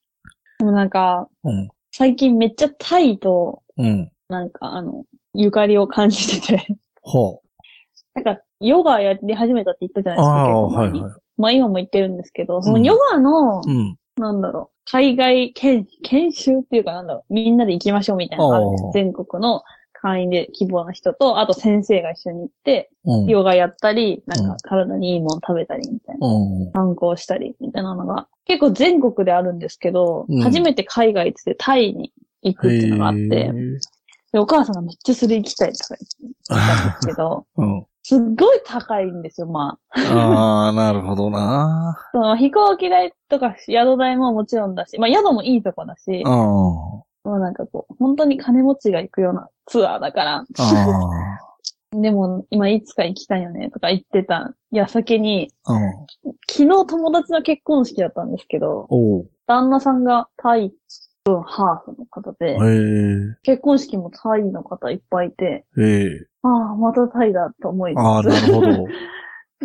[SPEAKER 2] もなんか、
[SPEAKER 1] うん。
[SPEAKER 2] 最近めっちゃタイと、
[SPEAKER 1] うん。
[SPEAKER 2] なんかあの、ゆかりを感じてて、
[SPEAKER 1] ほう。
[SPEAKER 2] なんか、ヨガやり始めたって言ったじゃない
[SPEAKER 1] あ
[SPEAKER 2] ですか。
[SPEAKER 1] あ、
[SPEAKER 2] 結構前
[SPEAKER 1] はい
[SPEAKER 2] に
[SPEAKER 1] は
[SPEAKER 2] まあ今も言ってるんですけど、その
[SPEAKER 1] うん
[SPEAKER 2] ヨガの、
[SPEAKER 1] い。うん。
[SPEAKER 2] なんだろう、海外研研修っていうかなんだろう、みんなで行きましょうみたいなのがあるんです
[SPEAKER 1] ああ
[SPEAKER 2] 全国の会員で希望の人と、あと先生が一緒に行って、
[SPEAKER 1] うん。
[SPEAKER 2] ヨガやったり、なん
[SPEAKER 1] う
[SPEAKER 2] か
[SPEAKER 1] ん
[SPEAKER 2] 体にいいもの食べたりみたいな、
[SPEAKER 1] うん。
[SPEAKER 2] 観光したりみたいなのが、結構全国であるんですけど、
[SPEAKER 1] うん
[SPEAKER 2] 初めて海外行ってタイに行くっていうのがあっ
[SPEAKER 1] へ
[SPEAKER 2] て、
[SPEAKER 1] ー
[SPEAKER 2] でお母さんがめっちゃそれ行きたいとか言ってたんですけ ど、
[SPEAKER 1] うん。
[SPEAKER 2] すっごい高いんですよ、まあ。
[SPEAKER 1] ああ、なるほどな。
[SPEAKER 2] その飛行機代とか宿代ももちろんだし、まあ宿もいいとこだし
[SPEAKER 1] う、ん。
[SPEAKER 2] もうなんかこう、本当に金持ちが行くようなツアーだから、
[SPEAKER 1] あ
[SPEAKER 2] でも今いつか行きたいよねとか言ってた矢先に、
[SPEAKER 1] あ。うん。
[SPEAKER 2] 昨日友達の結婚式だったんですけど、
[SPEAKER 1] おう。
[SPEAKER 2] 旦那さんがタイとハーフの方で、
[SPEAKER 1] へえ。
[SPEAKER 2] 結婚式もタイの方いっぱいいて、
[SPEAKER 1] へえ。
[SPEAKER 2] ああ、またタイだと思い
[SPEAKER 1] ああ、
[SPEAKER 2] つ
[SPEAKER 1] なるほど。
[SPEAKER 2] つ。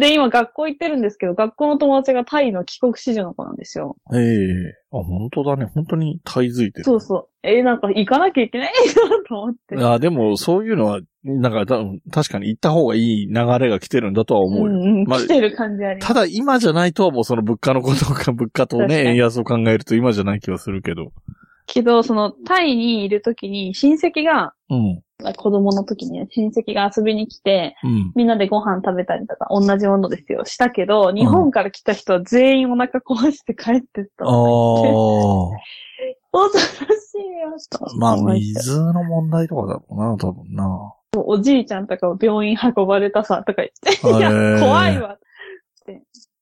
[SPEAKER 2] で、今学校行ってるんですけど、学校の友達がタイの帰国子女の子なんですよ。
[SPEAKER 1] ええあ、本当だね。本当に体づいてる。
[SPEAKER 2] そうそう。えーなんか行かなきゃいけないなと思って。
[SPEAKER 1] あでも、そういうのは、なんか、多分確かに行った方がいい流れが来てるんだとは思うよ。
[SPEAKER 2] んん、
[SPEAKER 1] まあ
[SPEAKER 2] 来てる感じあります
[SPEAKER 1] ただ、今じゃないとはもうその物価のこと か、物価と
[SPEAKER 2] 確か
[SPEAKER 1] ね、
[SPEAKER 2] に
[SPEAKER 1] 円安を考えると今じゃない気はするけど。
[SPEAKER 2] けど、その、タイにいるときに、親戚が、
[SPEAKER 1] うん。
[SPEAKER 2] あ子供の時にね親戚が遊びに来て、
[SPEAKER 1] うん。
[SPEAKER 2] みんなでご飯食べたりとか、同じものですよ、したけど、日本から来た人は全員お腹壊して帰ってった。
[SPEAKER 1] ああー。
[SPEAKER 2] 恐ろしいよ、と。
[SPEAKER 1] まあ、
[SPEAKER 2] 思いました
[SPEAKER 1] 水の問題とかだろうな、多分な。
[SPEAKER 2] おじいちゃんとかを病院運ばれたさ、とか言って、いや、
[SPEAKER 1] へー
[SPEAKER 2] 怖いわ。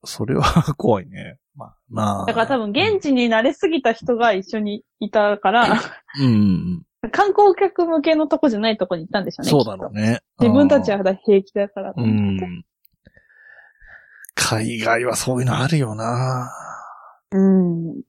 [SPEAKER 1] それは 怖いね。まあ、まあ。
[SPEAKER 2] だから多分、現地に慣れすぎた人が一緒にいたから、
[SPEAKER 1] うんうん
[SPEAKER 2] 観光客向けのとこじゃないとこに行ったんでしょ
[SPEAKER 1] う。
[SPEAKER 2] うんね。
[SPEAKER 1] そ
[SPEAKER 2] き
[SPEAKER 1] うだ
[SPEAKER 2] っ
[SPEAKER 1] ろ
[SPEAKER 2] と
[SPEAKER 1] うね。
[SPEAKER 2] 自分たち
[SPEAKER 1] は
[SPEAKER 2] は平気だから。
[SPEAKER 1] うん。海外はそういうのあるよな。
[SPEAKER 2] うん。
[SPEAKER 1] なん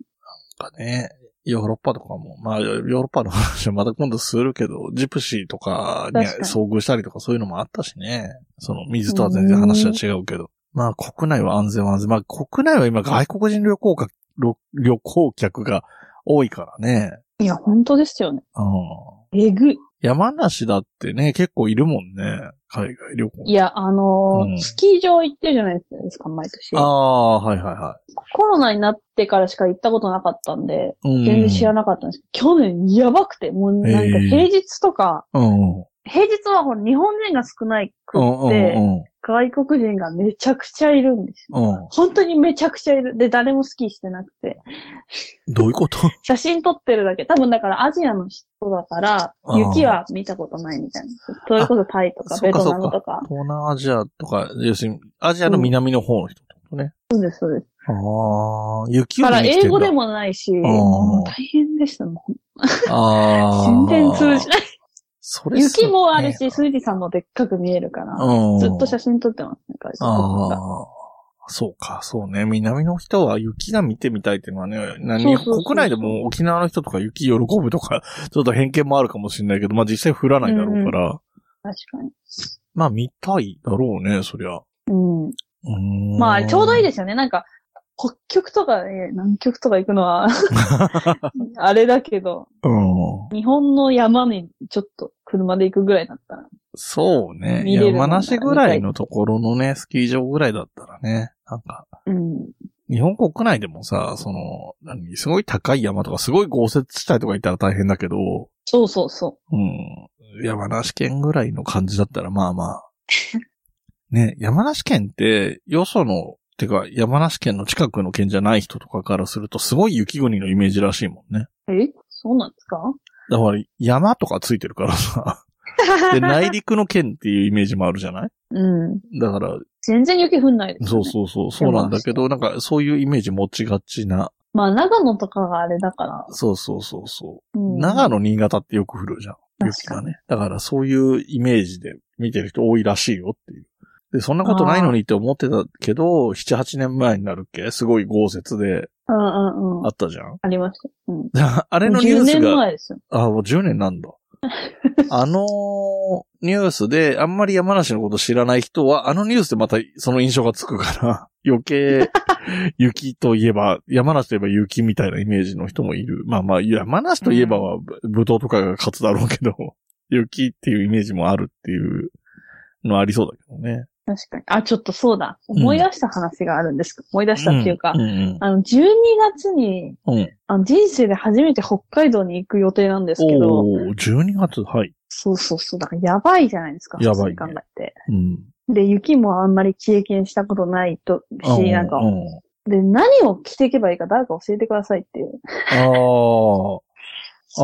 [SPEAKER 1] かね、ヨーロッパとかも、まあ、ヨーロッパの話はまた今度するけど、ジプシーとかに
[SPEAKER 2] 確かに
[SPEAKER 1] 遭遇したりとかそういうのもあったしね。その、水とは全然話は違うけど。まあ、国内は安全は安全。まあ、国内は今外国人旅行客、ろ旅行客が多いからね。
[SPEAKER 2] いや、本当ですよね。
[SPEAKER 1] うん。
[SPEAKER 2] えぐい。
[SPEAKER 1] 山梨だってね、結構いるもんね。海外旅行。
[SPEAKER 2] いや、あのー
[SPEAKER 1] うん
[SPEAKER 2] スキー場行ってるじゃないですか、毎年
[SPEAKER 1] あ。あ、はいはいは
[SPEAKER 2] コロナになってからしか行ったことなかったんで、
[SPEAKER 1] い。うん。
[SPEAKER 2] 全然知らなかったんですけど、去年やばくて、もうなんか
[SPEAKER 1] へえ
[SPEAKER 2] 平日とか、
[SPEAKER 1] うん。
[SPEAKER 2] 平日はほら日本人が少ないくっ
[SPEAKER 1] う
[SPEAKER 2] て、
[SPEAKER 1] んうん
[SPEAKER 2] 外国人がめちゃくちゃいるんですよ。
[SPEAKER 1] うん。うん。
[SPEAKER 2] 本当にめちゃくちゃいる。で、誰もスキーしてなくて。
[SPEAKER 1] どういうこと
[SPEAKER 2] 写真撮ってるだけ。多分だからアジアの人だから、
[SPEAKER 1] あー
[SPEAKER 2] 雪は見たことないみたいな。それこそタイとか
[SPEAKER 1] あ
[SPEAKER 2] ベトナムとか。
[SPEAKER 1] 東南アジアとか、要するに、アジアの南の方の人ってことね。
[SPEAKER 2] そうです、そうです。
[SPEAKER 1] ああ、雪を
[SPEAKER 2] だか
[SPEAKER 1] 見
[SPEAKER 2] ら
[SPEAKER 1] に来てんだ
[SPEAKER 2] 英語で。もないし、もう大変でしたもん。
[SPEAKER 1] あ
[SPEAKER 2] 全
[SPEAKER 1] あ。
[SPEAKER 2] 然通じない。
[SPEAKER 1] それ
[SPEAKER 2] 雪もある
[SPEAKER 1] そ
[SPEAKER 2] し、富士山もでっかく見えるから、
[SPEAKER 1] うね、
[SPEAKER 2] ずっと写
[SPEAKER 1] 真
[SPEAKER 2] 真撮ってますね、外国が
[SPEAKER 1] ああ。そうか、そうね。南の人は雪が見てみたいっていうのはね、何
[SPEAKER 2] そうそうそう
[SPEAKER 1] 国内でも沖縄の人とか雪喜ぶとか、 ちょっと偏見もあるかもしれないけど、まあ実際降らないだろうから、
[SPEAKER 2] 確かに。
[SPEAKER 1] まあ見たいだろうね、そりゃ。
[SPEAKER 2] う
[SPEAKER 1] うーん
[SPEAKER 2] ん。まあ、ちょうどいい
[SPEAKER 1] で
[SPEAKER 2] ですよね。なんか、北極とか、えー南極とか行くの は、あれだけど、
[SPEAKER 1] す。うん。
[SPEAKER 2] 日本の山にちょっと車で行くぐらいだったら。
[SPEAKER 1] そうね。
[SPEAKER 2] 見れるもんな
[SPEAKER 1] 山梨ぐらいのところのね、スキー場ぐらいだったらね、なんか、
[SPEAKER 2] うん。
[SPEAKER 1] 日本国内でもさ、その、何、すごい高い山とか、すごい豪雪地帯とかいたら大変だけど、
[SPEAKER 2] そうそうそ
[SPEAKER 1] うん、山梨県ぐらいの感じだったら、まあま あ。ね、山梨県って、よその、てか、山梨県の近くの県じゃない人とかからすると、すごい雪国のイメージらしいもんね。
[SPEAKER 2] う。えそうなんですか
[SPEAKER 1] だから、山とかついてるからさ、で、内陸の県っていうイメージもあるじゃない
[SPEAKER 2] うん。
[SPEAKER 1] だから、
[SPEAKER 2] 全然雪降んないです、ね。
[SPEAKER 1] そうそうそう、そうなんだけど、なんかそういうイメージ持ちがちな。
[SPEAKER 2] まあ、長野とかがあれだから。
[SPEAKER 1] そうそうそうそうう。
[SPEAKER 2] ん、
[SPEAKER 1] 長野、新潟ってよく降るじゃん。雪
[SPEAKER 2] 確か
[SPEAKER 1] が
[SPEAKER 2] に。
[SPEAKER 1] ね。だからそういうイメージで見てる人多いらしいよっていう。で、そんなことないのにって思ってたけど、7、8年前になるっけすごい豪雪で
[SPEAKER 2] うんうんうん。あ
[SPEAKER 1] あったじゃん。
[SPEAKER 2] りました。うん。
[SPEAKER 1] あれのニュ
[SPEAKER 2] 10
[SPEAKER 1] ース
[SPEAKER 2] 年
[SPEAKER 1] が、
[SPEAKER 2] 前ですよ。
[SPEAKER 1] あ、もう10 年なんだ。あのニュースで、あんまり山梨のこと知らない人は、あのニュースでまたその印象がつくから、 余計、雪といえば、山梨といえば雪みたいなイメージの人もいる。まあまあ、山梨といえばは、ぶどうとかが勝つだろうけど、 雪っていうイメージもあるっていうのありそうだけどね。
[SPEAKER 2] 確かに。あ、ちょっとそうだ。
[SPEAKER 1] ん
[SPEAKER 2] 思い出した話があるんですけど、思い出したっていうか、
[SPEAKER 1] んん
[SPEAKER 2] あの、12月に、
[SPEAKER 1] うん。うん。
[SPEAKER 2] あの人生で初めて北海道に行く予定なんですけど、
[SPEAKER 1] おー、12月、はい。
[SPEAKER 2] そうそうそう、だからやばいじゃないですか、
[SPEAKER 1] やばいね
[SPEAKER 2] 普通に考えて。
[SPEAKER 1] うん。
[SPEAKER 2] で、雪もあんまり経験したことないとし、なんか
[SPEAKER 1] う、ん
[SPEAKER 2] で、何を着ていけばいいか誰か教えてくださいっていう。
[SPEAKER 1] ああ。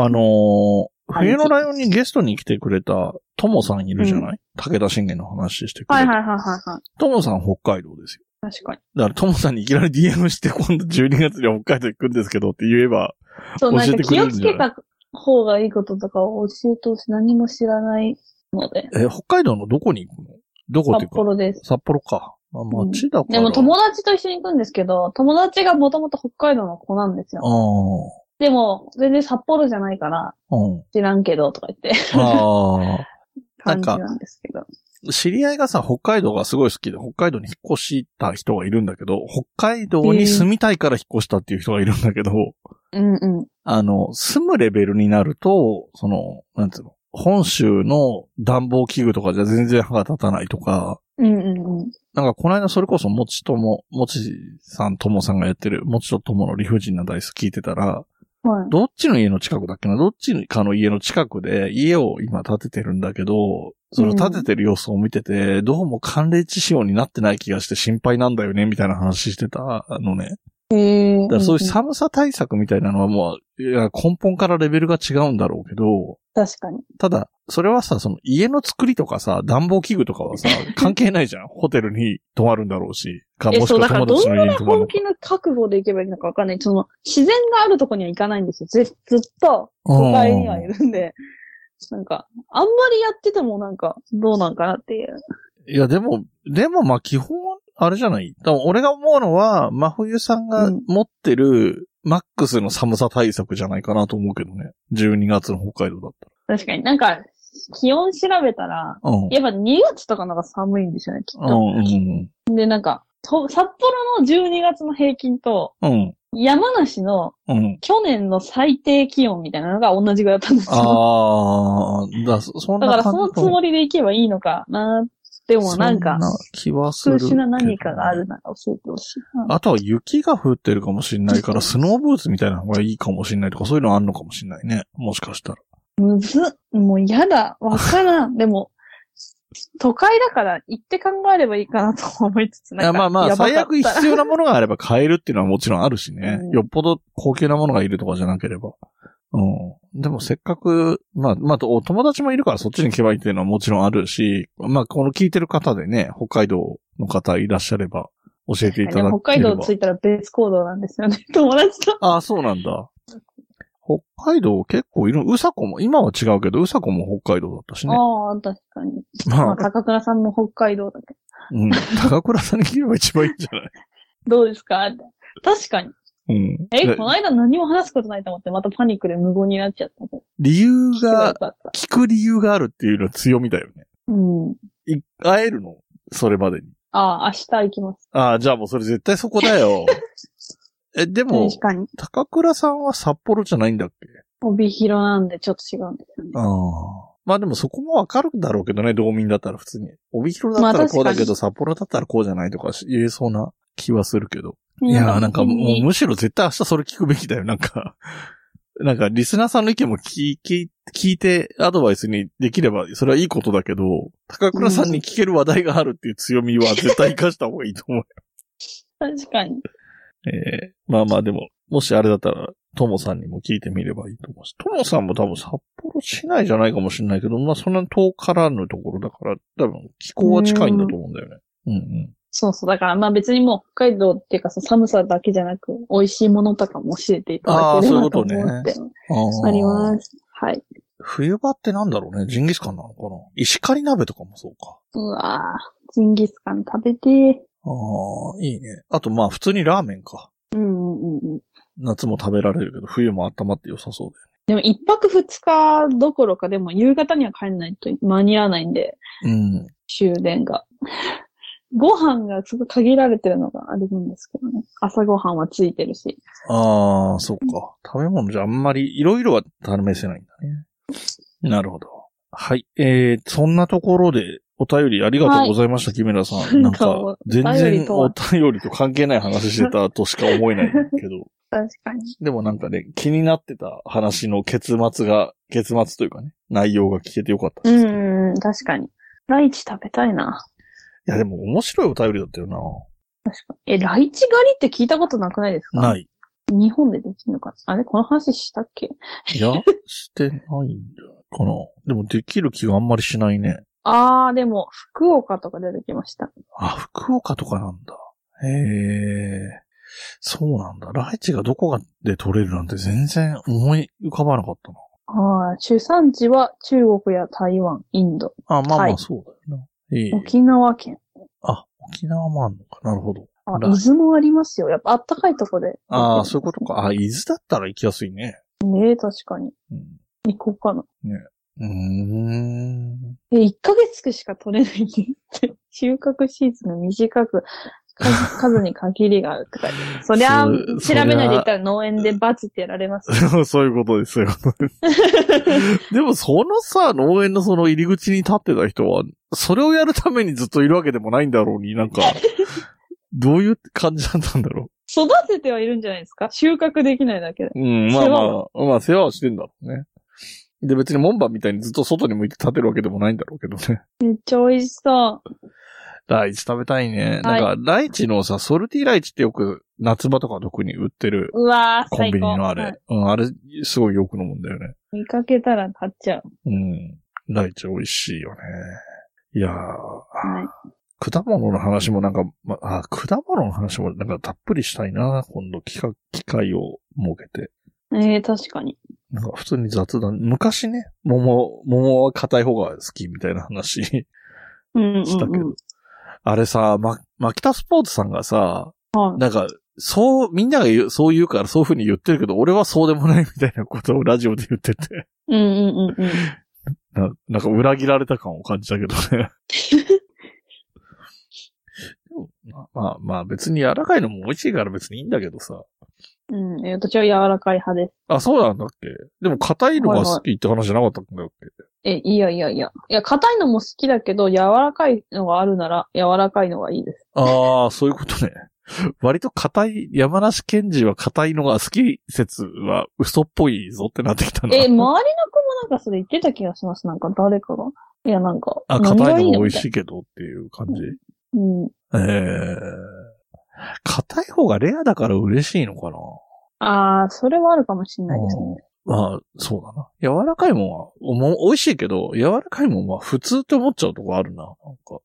[SPEAKER 1] あのー
[SPEAKER 2] はい
[SPEAKER 1] 冬のライオンにゲストに来てくれた、ともさんいるじゃない、武田信玄の話してくれた。
[SPEAKER 2] はいはいはいはいはい。
[SPEAKER 1] ともさん北海道ですよ。
[SPEAKER 2] 確かに。
[SPEAKER 1] だからともさんにいきなり DM して今度12月に北海道行くんですけどって言えば、
[SPEAKER 2] そう、なん
[SPEAKER 1] 教
[SPEAKER 2] か
[SPEAKER 1] えてく
[SPEAKER 2] 気
[SPEAKER 1] れ
[SPEAKER 2] を
[SPEAKER 1] るん
[SPEAKER 2] つ
[SPEAKER 1] じゃ
[SPEAKER 2] け
[SPEAKER 1] な
[SPEAKER 2] た方がいいこととかを教えてほしい。何も知らないので。
[SPEAKER 1] え、北海道のどこに行くのどこってい
[SPEAKER 2] 札
[SPEAKER 1] うか、
[SPEAKER 2] 幌です。
[SPEAKER 1] 札幌か。まあ、
[SPEAKER 2] うん
[SPEAKER 1] 町だから。
[SPEAKER 2] でも友達と一緒に行くんですけど、友達がもともと北海道の子なんですよ。
[SPEAKER 1] あ
[SPEAKER 2] でも、全然札幌じゃないから、
[SPEAKER 1] あ。うん。
[SPEAKER 2] 知らんけど、とか言って、
[SPEAKER 1] ああ。 な
[SPEAKER 2] 感
[SPEAKER 1] ん
[SPEAKER 2] じ
[SPEAKER 1] か
[SPEAKER 2] なんですけど。
[SPEAKER 1] 知り合いがさ、北海道がすごい好きで、北海道に引っ越した人がいるんだけど、北海道に住みたいから引っ越したっていう人がいるんだけど、
[SPEAKER 2] うんうん。
[SPEAKER 1] あの、住むレベルになると、その、なんつうの、本州の暖房器具とかじゃ全然歯が立たないとか、
[SPEAKER 2] うんうんうん。
[SPEAKER 1] なんかこの間それこそもちとも、もちさんともさんがやってる、もちとともの理不尽なダイス聞いてたら、
[SPEAKER 2] はい。
[SPEAKER 1] どっちの家の近くだっけなどっちかの家の近くで家を今建ててるんだけど、その建ててる様子を見てて、どうも寒冷地仕様になってない気がして心配なんだよね、みたいな話してたのね。
[SPEAKER 2] へえ。
[SPEAKER 1] だからそういう
[SPEAKER 2] さ、
[SPEAKER 1] 寒さ対策みたいなのはもう、いや根本からレベルが違うんだろうけど、
[SPEAKER 2] 確かに。
[SPEAKER 1] ただ、それはさ、その家の作りとかさ、暖房器具とか はさ、関係ないじゃん。ホテルに泊まるんだろうし、か、
[SPEAKER 2] え
[SPEAKER 1] もし
[SPEAKER 2] そう
[SPEAKER 1] く
[SPEAKER 2] だ
[SPEAKER 1] は
[SPEAKER 2] から
[SPEAKER 1] 友達の家に泊まる
[SPEAKER 2] 本気の覚悟で行けばいいのかわかんない。その、自然があるとこには行かないんですよ。ずずっと、都会にはい
[SPEAKER 1] うん
[SPEAKER 2] るんで。なんか、あんまりやっててもなんか、どうなんかなっていう。
[SPEAKER 1] いや、でも、でもまあ基本、あれじゃない多分俺が思うのは、真冬さんが持ってる、マックスの寒さ対策じゃないかなと思うけどね。12月の北海道だっ
[SPEAKER 2] 確かになんか、気温調べたら、
[SPEAKER 1] たら。うん。
[SPEAKER 2] やっぱ2月とかの方が寒いんですよね、きっ
[SPEAKER 1] う
[SPEAKER 2] と。
[SPEAKER 1] ん、うん、
[SPEAKER 2] で、なんか、と札幌の12月の平均と、
[SPEAKER 1] うん。
[SPEAKER 2] 山梨の
[SPEAKER 1] うん。
[SPEAKER 2] 去年の最低気温みたいなのが同じぐらいだったんですよ。
[SPEAKER 1] ああ、だ、そそん
[SPEAKER 2] だ
[SPEAKER 1] な
[SPEAKER 2] か
[SPEAKER 1] 感
[SPEAKER 2] ら
[SPEAKER 1] じ
[SPEAKER 2] そのつもりでいけばいいのかな、でもなんか、
[SPEAKER 1] そ気はす
[SPEAKER 2] 数
[SPEAKER 1] る。
[SPEAKER 2] 種な何かがある。なら教えてほしいな。
[SPEAKER 1] あとは雪が降ってるかもしれない から、スノーブーツみたいな方がいいかもしれないとか、そういうのあんのかもしれないね。もしかしたら。
[SPEAKER 2] むずっ、もう嫌だ、わからん。でも、都会だから行って考えればいいかなと思いつつ、
[SPEAKER 1] い
[SPEAKER 2] な
[SPEAKER 1] や
[SPEAKER 2] んか
[SPEAKER 1] まあまあ、
[SPEAKER 2] やばかった
[SPEAKER 1] 最悪必要なものがあれば買えるっていうのはもちろんあるしね。
[SPEAKER 2] うん
[SPEAKER 1] よっぽど高級なものがいるとかじゃなければ。うん。でもせっかく、まあ、まあ、お友達もいるからそっちに行けばいいっていうのはもちろんあるし、まあ、この聞いてる方でね、北海道の方いらっしゃれば、教えていただければ。
[SPEAKER 2] 北海道着いたら別行動なんですよね。 友達と。
[SPEAKER 1] ああ、そうなんだ。北海道結構いる、うさこも、今は違うけど、うさこも北海道だったしね。
[SPEAKER 2] ああ、確かに。ま
[SPEAKER 1] ま
[SPEAKER 2] あ、
[SPEAKER 1] あ、
[SPEAKER 2] 高倉さんも北海道だけど。
[SPEAKER 1] うん。高倉さんに聞けば一番いいんじゃない
[SPEAKER 2] どうですかって確かに。
[SPEAKER 1] うん。
[SPEAKER 2] え、
[SPEAKER 1] で
[SPEAKER 2] この間何も話すことないと思って、またパニックで無言になっちゃったけど。
[SPEAKER 1] 理由が
[SPEAKER 2] よ、かった。
[SPEAKER 1] 聞く理由があるっていうのは強みだよね。
[SPEAKER 2] うん。
[SPEAKER 1] い会えるのそれまでに。
[SPEAKER 2] ああ、明日行きます。
[SPEAKER 1] ああ、じゃあもうそれ絶対そこ だよ。え、でも、
[SPEAKER 2] 確かに。
[SPEAKER 1] 高倉さんは札幌じゃないんだっけ
[SPEAKER 2] 帯広なんでちょっと違うんですよね。
[SPEAKER 1] ああ。まあでもそこもわかるんだろうけどね、道民だったら普通に。帯広だっ
[SPEAKER 2] ま
[SPEAKER 1] たら
[SPEAKER 2] あ
[SPEAKER 1] こうだけ
[SPEAKER 2] 確か
[SPEAKER 1] ど、札幌だったらこうじゃないとかし言えそうな気はするけど。
[SPEAKER 2] い
[SPEAKER 1] いやーなんかもう
[SPEAKER 2] う、
[SPEAKER 1] むしろ絶対明日それ聞くべきだよ、なんか。 なんかリスナーさんの意見も聞き、聞いてアドバイスにできれば、それはいいことだけど、高倉さんに聞ける話題があるっていう強みは絶対活かした方がいいと思う。
[SPEAKER 2] 確かに。
[SPEAKER 1] ええまあまあでも、もしあれだったら、ともさんにも聞いてみればいいと思うし、ともさんも多分札幌市内じゃないかもしれないけど、まあそんなに遠からぬところだから、多分気候は近いんだと思うんだよね。うんうん。
[SPEAKER 2] そうそう。だから、まあ別にもう北海道っていうか、その寒さだけじゃなく、美味しいものとかも教えていただければと思って。あ
[SPEAKER 1] あー
[SPEAKER 2] ります。はい。
[SPEAKER 1] 冬場ってなんだろうね。ジンギスカンなのかな石狩鍋とかもそうか。
[SPEAKER 2] うわぁ、ジンギスカン食べてー。
[SPEAKER 1] ああ、いいね。あとまあ普通にラーメンか。
[SPEAKER 2] うんうんうんうん。
[SPEAKER 1] 夏も食べられるけど、冬も温まって良さそう
[SPEAKER 2] でも一泊二日どころかでも夕方には帰んないと間に合わないんで、
[SPEAKER 1] だよね。
[SPEAKER 2] 終電が。 ご飯がすごい限られてるのがあれなんですけどね。朝ご飯はついてるし。
[SPEAKER 1] うん。ああ、そっか。食べ物じゃあんまり、いろいろは試せないんだね。なるほど。はい。えー、そんなところで、お便りありがとうございました、木村さ ん。なん
[SPEAKER 2] なんか
[SPEAKER 1] か
[SPEAKER 2] お、
[SPEAKER 1] 全
[SPEAKER 2] お便
[SPEAKER 1] 然
[SPEAKER 2] りと
[SPEAKER 1] お
[SPEAKER 2] は
[SPEAKER 1] 便りと関係ない話してたとしか思えないけど。
[SPEAKER 2] 確かに。
[SPEAKER 1] でもなんかね、気になってた話の結末が、結末というかね、内容が聞けてよかった
[SPEAKER 2] う
[SPEAKER 1] ですけど。い
[SPEAKER 2] んうん、確かに。ライチ食べたいな。
[SPEAKER 1] や、でも面白いお便りだったよ
[SPEAKER 2] 確かに。え、ライチ狩りって聞いたことなくないですか。
[SPEAKER 1] な。ないい。
[SPEAKER 2] 日本でできるのかなあれこの話したっけ
[SPEAKER 1] いや、してないんだよかな。でもできる気があんまりしないね。
[SPEAKER 2] あー、でも、福岡とか出てきました。
[SPEAKER 1] あ、福岡とかなんだ。へえ。そうなんだ。ライチがどこで取れるなんて全然思い浮かばなかったな。
[SPEAKER 2] はい。主産地は中国や台湾、インド、
[SPEAKER 1] あ、まあま
[SPEAKER 2] は
[SPEAKER 1] あ
[SPEAKER 2] い
[SPEAKER 1] そうだよな。ええ
[SPEAKER 2] 沖縄県。
[SPEAKER 1] あ、沖縄もあるのか。なるほど。
[SPEAKER 2] あ、
[SPEAKER 1] ライ
[SPEAKER 2] 伊豆もありますよ。やっぱあったかいとこで。
[SPEAKER 1] ああ、そういうことか。あ、伊豆だったら行きやすいね。
[SPEAKER 2] ねえ、確かに。
[SPEAKER 1] うん
[SPEAKER 2] 行こうかな。
[SPEAKER 1] うーん。
[SPEAKER 2] え、1ヶ月しか取れないね 収穫シーズンが短く、数数に限りがあるって書いてある。そりゃ、
[SPEAKER 1] そうそりゃ
[SPEAKER 2] 調べないでいったら農園でバツってやられますよ。
[SPEAKER 1] そういうこ とですよ。でもそのさ、農園のその入り口に立ってた人は、それをやるためにずっといるわけでもないんだろう に、なんか、どういう感じだったんだろ
[SPEAKER 2] 育ててはいるんじゃないですか収穫できないだけで。
[SPEAKER 1] う。うん、まあまあ、まあ世話はしてんだろうね。で別に門番みたいにずっと外に向いて立てるわけでもないんだろうけどね。
[SPEAKER 2] めっちゃ美味しそう。
[SPEAKER 1] ライチ食べたいね。
[SPEAKER 2] はい
[SPEAKER 1] なんか、ライチのさ、ソルティライチってよく夏場とか特に売ってる
[SPEAKER 2] うわー、
[SPEAKER 1] コン
[SPEAKER 2] 最
[SPEAKER 1] ビ
[SPEAKER 2] 高。
[SPEAKER 1] ニのあ
[SPEAKER 2] は
[SPEAKER 1] れ
[SPEAKER 2] い。
[SPEAKER 1] うん、あれ、すごいよく飲むんだよね。
[SPEAKER 2] 見かけたら買っちゃう。
[SPEAKER 1] うん。ライチ美味しいよね。いやー、
[SPEAKER 2] はい。
[SPEAKER 1] 果物の話もなんか、ま、あ、果物の話もなんかたっぷりしたいな、今度機会、機会を設けて。
[SPEAKER 2] ええ確かに。
[SPEAKER 1] なんか普通に雑談、昔ね、桃、桃は硬い方が好きみたいな話し
[SPEAKER 2] うんうん、うん。
[SPEAKER 1] たけど。あれさ、ま、マキタスポーツさんがさ、
[SPEAKER 2] はい
[SPEAKER 1] なんか、そう、みんなが言う、そう言うからそういう風に言ってるけど、俺はそうでもないみたいなことをラジオで言ってて、
[SPEAKER 2] うんうんうんうん。
[SPEAKER 1] ななんか裏切られた感を感じたけどね。ま あまあ、まあ別に柔らかいのも美味しいから別にいいんだけどさ。
[SPEAKER 2] うん、え私は柔らかい派です。
[SPEAKER 1] あ、そうなんだっけでも硬いのが好きって話じゃなかったんだっけ、
[SPEAKER 2] え、いやいやいや。いや、硬いのも好きだけど、柔らかいのがあるなら、柔らかいのがいいです。
[SPEAKER 1] ああ、そういうことね。割と硬い、山梨県人は硬いのが好き説は嘘っぽいぞってなってきたな。
[SPEAKER 2] え、周りの子もなんかそれ言ってた気がします。なんか誰かが。いや、なんか。
[SPEAKER 1] あ、硬いのも美味
[SPEAKER 2] い
[SPEAKER 1] しいけどっていう感じ。
[SPEAKER 2] の。うん。
[SPEAKER 1] ええ硬い方がレアだから嬉しいのかな。
[SPEAKER 2] あー、それはあるかもしれないですね。
[SPEAKER 1] うんまあ、そうだな。柔らかいもんは、おも美味しいけど、柔らかいもんは普通って思っちゃうとこあるな。なんか。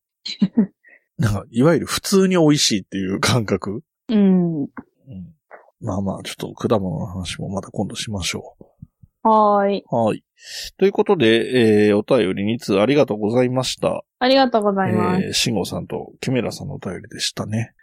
[SPEAKER 1] なんか、いわゆる普通に美味しいっていう感覚。
[SPEAKER 2] うん。
[SPEAKER 1] うん、まあまあ、ちょっと果物の話もまた今度しましょ
[SPEAKER 2] はーい。
[SPEAKER 1] う。はい。ということで、えー、お便り2通ありがとうございました。
[SPEAKER 2] ありがとうございます。
[SPEAKER 1] えー、慎吾さんとケメラさんのお便りでしたね。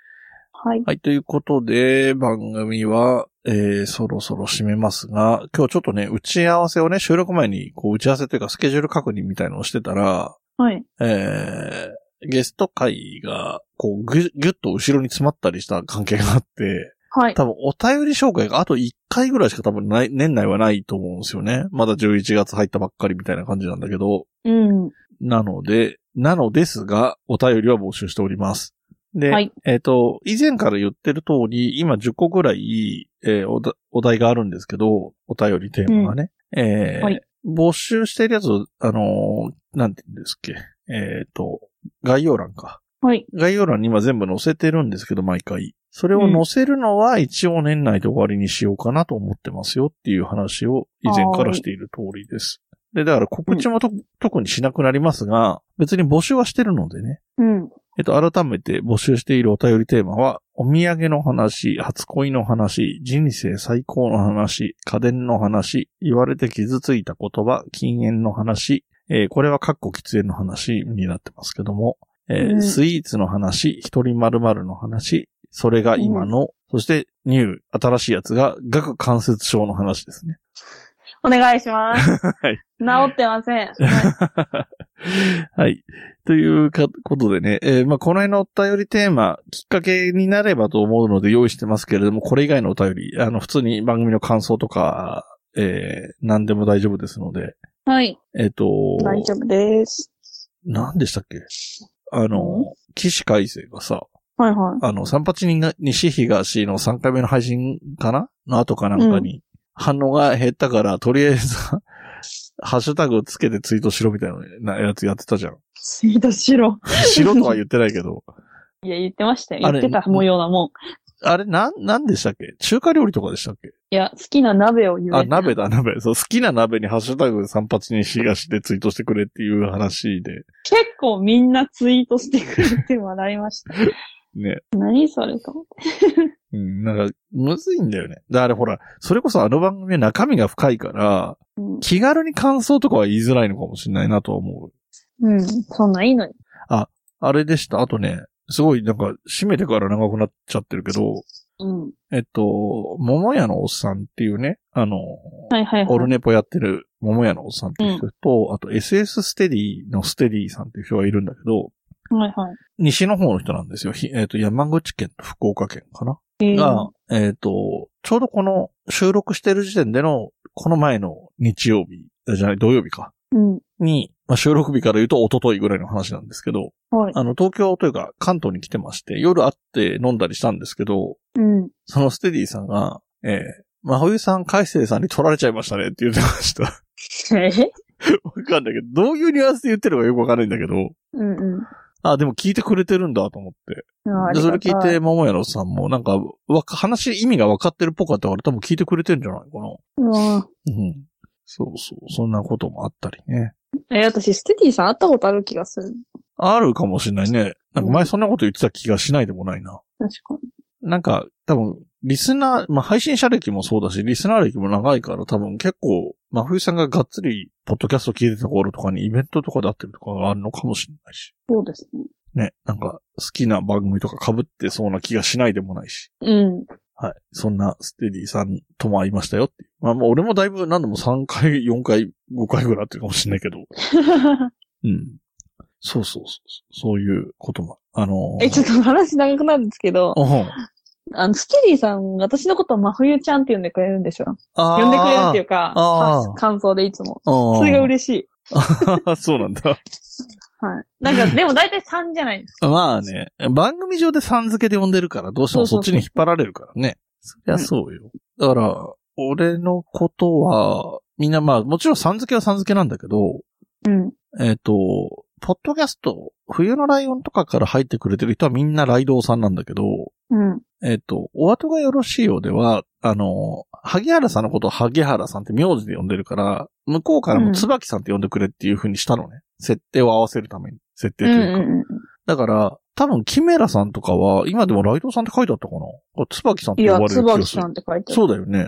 [SPEAKER 2] はい。
[SPEAKER 1] はい、ということで、番組は、えー、そろそろ締めますが、今日ちょっとね、打ち合わせをね、収録前に、こう、打ち合わせというか、スケジュール確認みたいのをしてたら、
[SPEAKER 2] はい。
[SPEAKER 1] えー、ゲスト会が、こう、ぐ、ぎゅっと後ろに詰まったりした関係があって、
[SPEAKER 2] はい。
[SPEAKER 1] 多分お便り紹介があと1回ぐらいしか多分ない、年内はないと思うんですよね。まだ11月入ったばっかりみたいな感じなんだけど、
[SPEAKER 2] うん。
[SPEAKER 1] なので、なのですが、お便りは募集しております。で、
[SPEAKER 2] はい
[SPEAKER 1] えっ、と、以前から言ってる通り、今10個ぐらい、えーおだお題があるんですけど、お便りテーマがね。えー
[SPEAKER 2] はい
[SPEAKER 1] 募集してるやつを、あのーなんて言うんですっけ。えっ、と、概要欄か。
[SPEAKER 2] はい。
[SPEAKER 1] 概要欄に今全部載せてるんですけど、毎回。それを載せるのは一応年内で終わりにしようかなと思ってますよっていう話を以前からしている通りです。で、だから告知もと、特にしなくなりますが、別に募集はしてるのでね。
[SPEAKER 2] うん。
[SPEAKER 1] えっと、改めて募集しているお便りテーマは、お土産の話、初恋の話、人生最高の話、家電の話、言われて傷ついた言葉、禁煙の話、えーこれはカッコ喫煙の話になってますけども、えー
[SPEAKER 2] うん
[SPEAKER 1] スイーツの話、一人〇〇の話、それが今の、そしてニュー、新しいやつが、顎関節症の話ですね。
[SPEAKER 2] お願いします。
[SPEAKER 1] はい。
[SPEAKER 2] 治ってません。
[SPEAKER 1] はい。というか、ことでね、えーまあ、この辺のお便りテーマ、きっかけになればと思うので用意してますけれども、これ以外のお便り、あの、普通に番組の感想とか、えー何でも大丈夫ですので、
[SPEAKER 2] はい。
[SPEAKER 1] えっ、と、
[SPEAKER 2] 大丈夫です。
[SPEAKER 1] 何でしたっけあの、騎士改正がさ、
[SPEAKER 2] はい はい。
[SPEAKER 1] あの、三八人が西東の3回目の配信かなの後かなんかに、反応が減ったから、とりあえず、 ハッシュタグつけてツイートしろみたいなやつやってたじゃん。
[SPEAKER 2] スイートしろ。
[SPEAKER 1] しろとは言ってないけど。
[SPEAKER 2] いや、言ってましたよ。
[SPEAKER 1] あ
[SPEAKER 2] 言
[SPEAKER 1] れ
[SPEAKER 2] ってた模様なもん。
[SPEAKER 1] あれ、なん、なんでしたっけ中華料理とかでしたっけ
[SPEAKER 2] いや、好きな鍋を言え
[SPEAKER 1] あ、鍋だ、鍋。そう、好きな鍋にハッシュタグ三八に東でツイートしてくれっていう話で、
[SPEAKER 2] 結構みんなツイートしてくれて笑いました。
[SPEAKER 1] ね。
[SPEAKER 2] 何それと思って。
[SPEAKER 1] うん、なんか、むずいんだよね。で、あれほら、それこそあの番組は中身が深いから、
[SPEAKER 2] うん
[SPEAKER 1] 気軽に感想とかは言いづらいのかもしれないなとは思う。
[SPEAKER 2] うん。そんなんいいのに。
[SPEAKER 1] あれでした。あとね、すごいなんか、締めてから長くなっちゃってるけど、
[SPEAKER 2] うん。
[SPEAKER 1] えっと、桃屋のおっさんっていうね、あの、
[SPEAKER 2] はいはいはい。
[SPEAKER 1] オルネポやってる桃屋のおっさんっていう人と、あと SS ステディのステディさんっていう人がいるんだけど、
[SPEAKER 2] はいはい。
[SPEAKER 1] 西の方の人なんですよ。ひえっ、と、山口県と福岡県かな。
[SPEAKER 2] えー
[SPEAKER 1] が、えっ、と、ちょうどこの収録してる時点での、この前の日曜日、あじゃない、土曜日か。
[SPEAKER 2] うん。
[SPEAKER 1] に、まあ、収録日から言うと一昨日ぐらいの話なんですけど、
[SPEAKER 2] はい。
[SPEAKER 1] あの、東京というか関東に来てまして、夜会って飲んだりしたんですけど、
[SPEAKER 2] うん。
[SPEAKER 1] そのステディさんが、えー、まほゆさん、海星さんに取られちゃいましたねって言ってました。
[SPEAKER 2] えへ
[SPEAKER 1] わかんないけど、どういうニュアンスで言ってるのかよくわかんないんだけど、
[SPEAKER 2] うんうん。
[SPEAKER 1] あ、でも聞いてくれてるんだと思って。
[SPEAKER 2] ああり
[SPEAKER 1] で、
[SPEAKER 2] が
[SPEAKER 1] そ
[SPEAKER 2] た
[SPEAKER 1] れ聞いて、桃屋のさんも、なんか、わか、話、意味がわかってるっぽかったから、多分聞いてくれてんじゃないかな。
[SPEAKER 2] うわ
[SPEAKER 1] うん。そうそう、そんなこともあったりね。
[SPEAKER 2] え、私、ステディさん会ったことある気がする。
[SPEAKER 1] あるかもしれないね。なんか前そんなこと言ってた気がしないでもないな。
[SPEAKER 2] 確かに。
[SPEAKER 1] なんか、多分、リスナー、まあ、配信者歴もそうだし、リスナー歴も長いから、多分結構、真冬さんががっつり、ポッドキャスト聞いてた頃とかにイベントとかで会ってるとかがあるのかもしれないし。
[SPEAKER 2] そうですね。
[SPEAKER 1] ね、なんか好きな番組とか被ってそうな気がしないでもないし。
[SPEAKER 2] うん。
[SPEAKER 1] はい。そんなステディさんとも会いましたよっていう。まあもう俺もだいぶ何度も3回、4回、5回ぐらいあってるかもしれないけど。うん。そうそうそう。そういうことも。あのー
[SPEAKER 2] え、ちょっと話長くなるんですけど、
[SPEAKER 1] うん。
[SPEAKER 2] あの、ステディさん、私のことを真冬ちゃんって呼んでくれるんでしょ
[SPEAKER 1] あー
[SPEAKER 2] 呼んでくれるっていうか、
[SPEAKER 1] あー
[SPEAKER 2] か感想でいつも。
[SPEAKER 1] あ
[SPEAKER 2] それが
[SPEAKER 1] しい
[SPEAKER 2] 嬉しい。。
[SPEAKER 1] そうなんだ。
[SPEAKER 2] はい。なんか、でも大体3じゃないですか。
[SPEAKER 1] まあね、番組上でさん付けで呼んでるから、どうしてもそっちに引っ張られるからね。そりゃそうよ。だから、俺のことは、みんなまあ、もちろんさん付けはさん付けなんだけど、
[SPEAKER 2] うん。
[SPEAKER 1] えっ、と、ポッドキャスト、冬のライオンとかから入ってくれてる人はみんなライドウさんなんだけど、
[SPEAKER 2] うん。
[SPEAKER 1] えっ、と、お後がよろしいようでは、あの、萩原さんのことを萩原さんって名字で呼んでるから、向こうから
[SPEAKER 2] う
[SPEAKER 1] も
[SPEAKER 2] ん
[SPEAKER 1] 椿さんって呼んでくれっていう風にしたのね。設定を合わせるために。設定
[SPEAKER 2] う
[SPEAKER 1] と
[SPEAKER 2] ん
[SPEAKER 1] いううか。
[SPEAKER 2] ん
[SPEAKER 1] だから、多分、キメラさんとかは、今でもライドウさんって書いてあったかなあ椿さんっ
[SPEAKER 2] うん。
[SPEAKER 1] て
[SPEAKER 2] い
[SPEAKER 1] 呼ば
[SPEAKER 2] や
[SPEAKER 1] れ、る気が
[SPEAKER 2] 椿
[SPEAKER 1] する
[SPEAKER 2] さん。って書いてある。
[SPEAKER 1] そうだよね。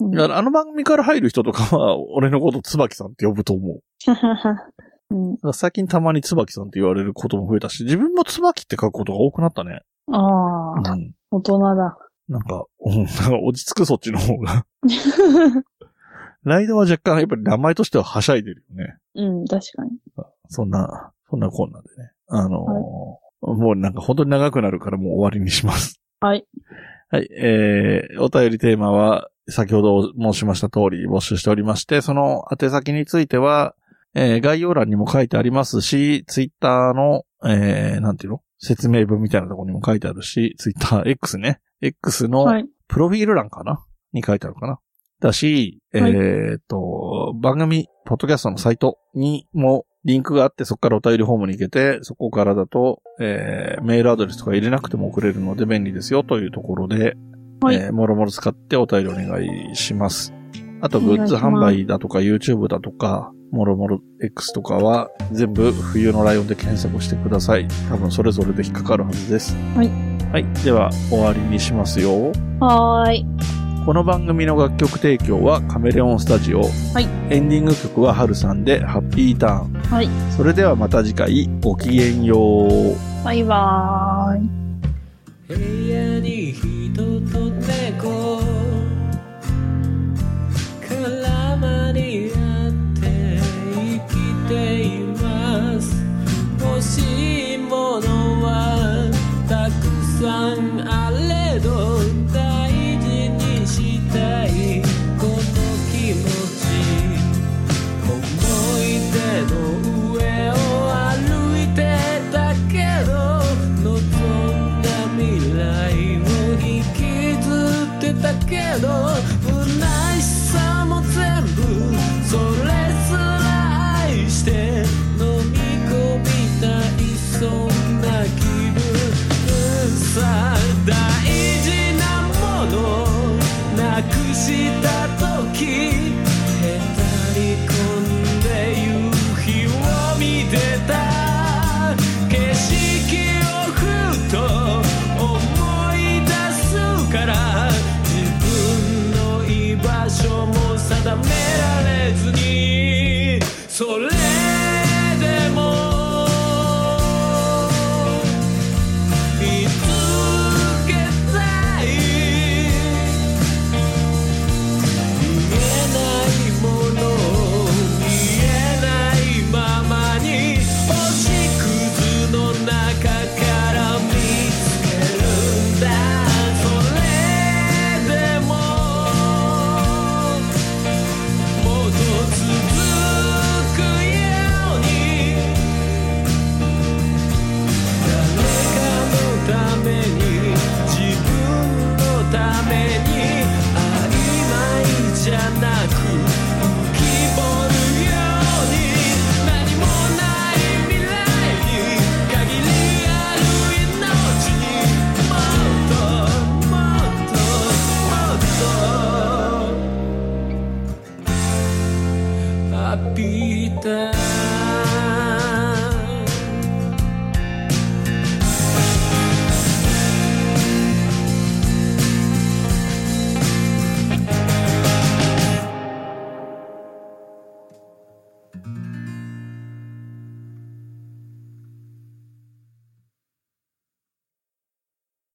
[SPEAKER 2] うん
[SPEAKER 1] だから、あの番組から入る人とかは、俺のこと椿さんって呼ぶと思う。
[SPEAKER 2] うん。
[SPEAKER 1] だから最近たまに椿さんって言われることも増えたし、自分も椿って書くことが多くなったね。
[SPEAKER 2] あ
[SPEAKER 1] う
[SPEAKER 2] あ、
[SPEAKER 1] ん。
[SPEAKER 2] 大人だ。
[SPEAKER 1] なんか、うん、なんか落ち着くそっちの方が。ライドは若干やっぱり名前としてははしゃいでるよね。
[SPEAKER 2] うん、確かに。
[SPEAKER 1] そんな、そんなこんなでね。あのーもうなんか本当に長くなるからもう終わりにします。
[SPEAKER 2] はい。
[SPEAKER 1] はい、えー、お便りテーマは、先ほど申しました通り募集しておりまして、その宛先については、えー概要欄にも書いてありますし、ツイッターの、えー、なんていうの説明文みたいなところにも書いてあるし、ツイッター X ね。X の、
[SPEAKER 2] はい。
[SPEAKER 1] プロフィール欄かなに書いてあるかな。だし、え
[SPEAKER 2] はい
[SPEAKER 1] ーっと、番組、ポッドキャストのサイトにもリンクがあって、そこからお便りフォームに行けて、そこからだと、えー、メールアドレスとか入れなくても送れるので便利ですよというところで、
[SPEAKER 2] はい
[SPEAKER 1] えーもろもろ使ってお便りお願いします。あと、
[SPEAKER 2] お願
[SPEAKER 1] グ
[SPEAKER 2] いし
[SPEAKER 1] ッ
[SPEAKER 2] ます
[SPEAKER 1] ズ販売だとか、YouTube だとか、もろもろ X とかは、全部冬のライオンで検索してください。多分それぞれで引っかかるはずです。
[SPEAKER 2] はい。
[SPEAKER 1] はい。では、終わりにしますよ。
[SPEAKER 2] はーい。
[SPEAKER 1] この番組の楽曲提供はカメレオンスタジオ。
[SPEAKER 2] はい
[SPEAKER 1] エンディング曲はハルさんでハッピーターン。
[SPEAKER 2] はい。
[SPEAKER 1] それではまた次回、ごきげんよう。
[SPEAKER 2] バイバーイ。
[SPEAKER 3] 部屋に人と猫絡まり合って生きています欲しいものはたくさんあれど大事にしたいこの気持ち思い出の上を歩いてたけど望んだ未来を引きずってたけど不悔しさも全部それすら愛して飲み込みたいそんな気分さ大事なものなくした時へたり込んで夕日を見てた景色をふと思い出すから自分の居場所も定められずにそれでも「見つけたい」「見えないもの見えないままに星屑の中から見つけるんだ」「それでももっと続くように」誰かのために自分のために曖昧じゃなく浮き彫るように何もない未来に限りある命にもっともっともっと浴びた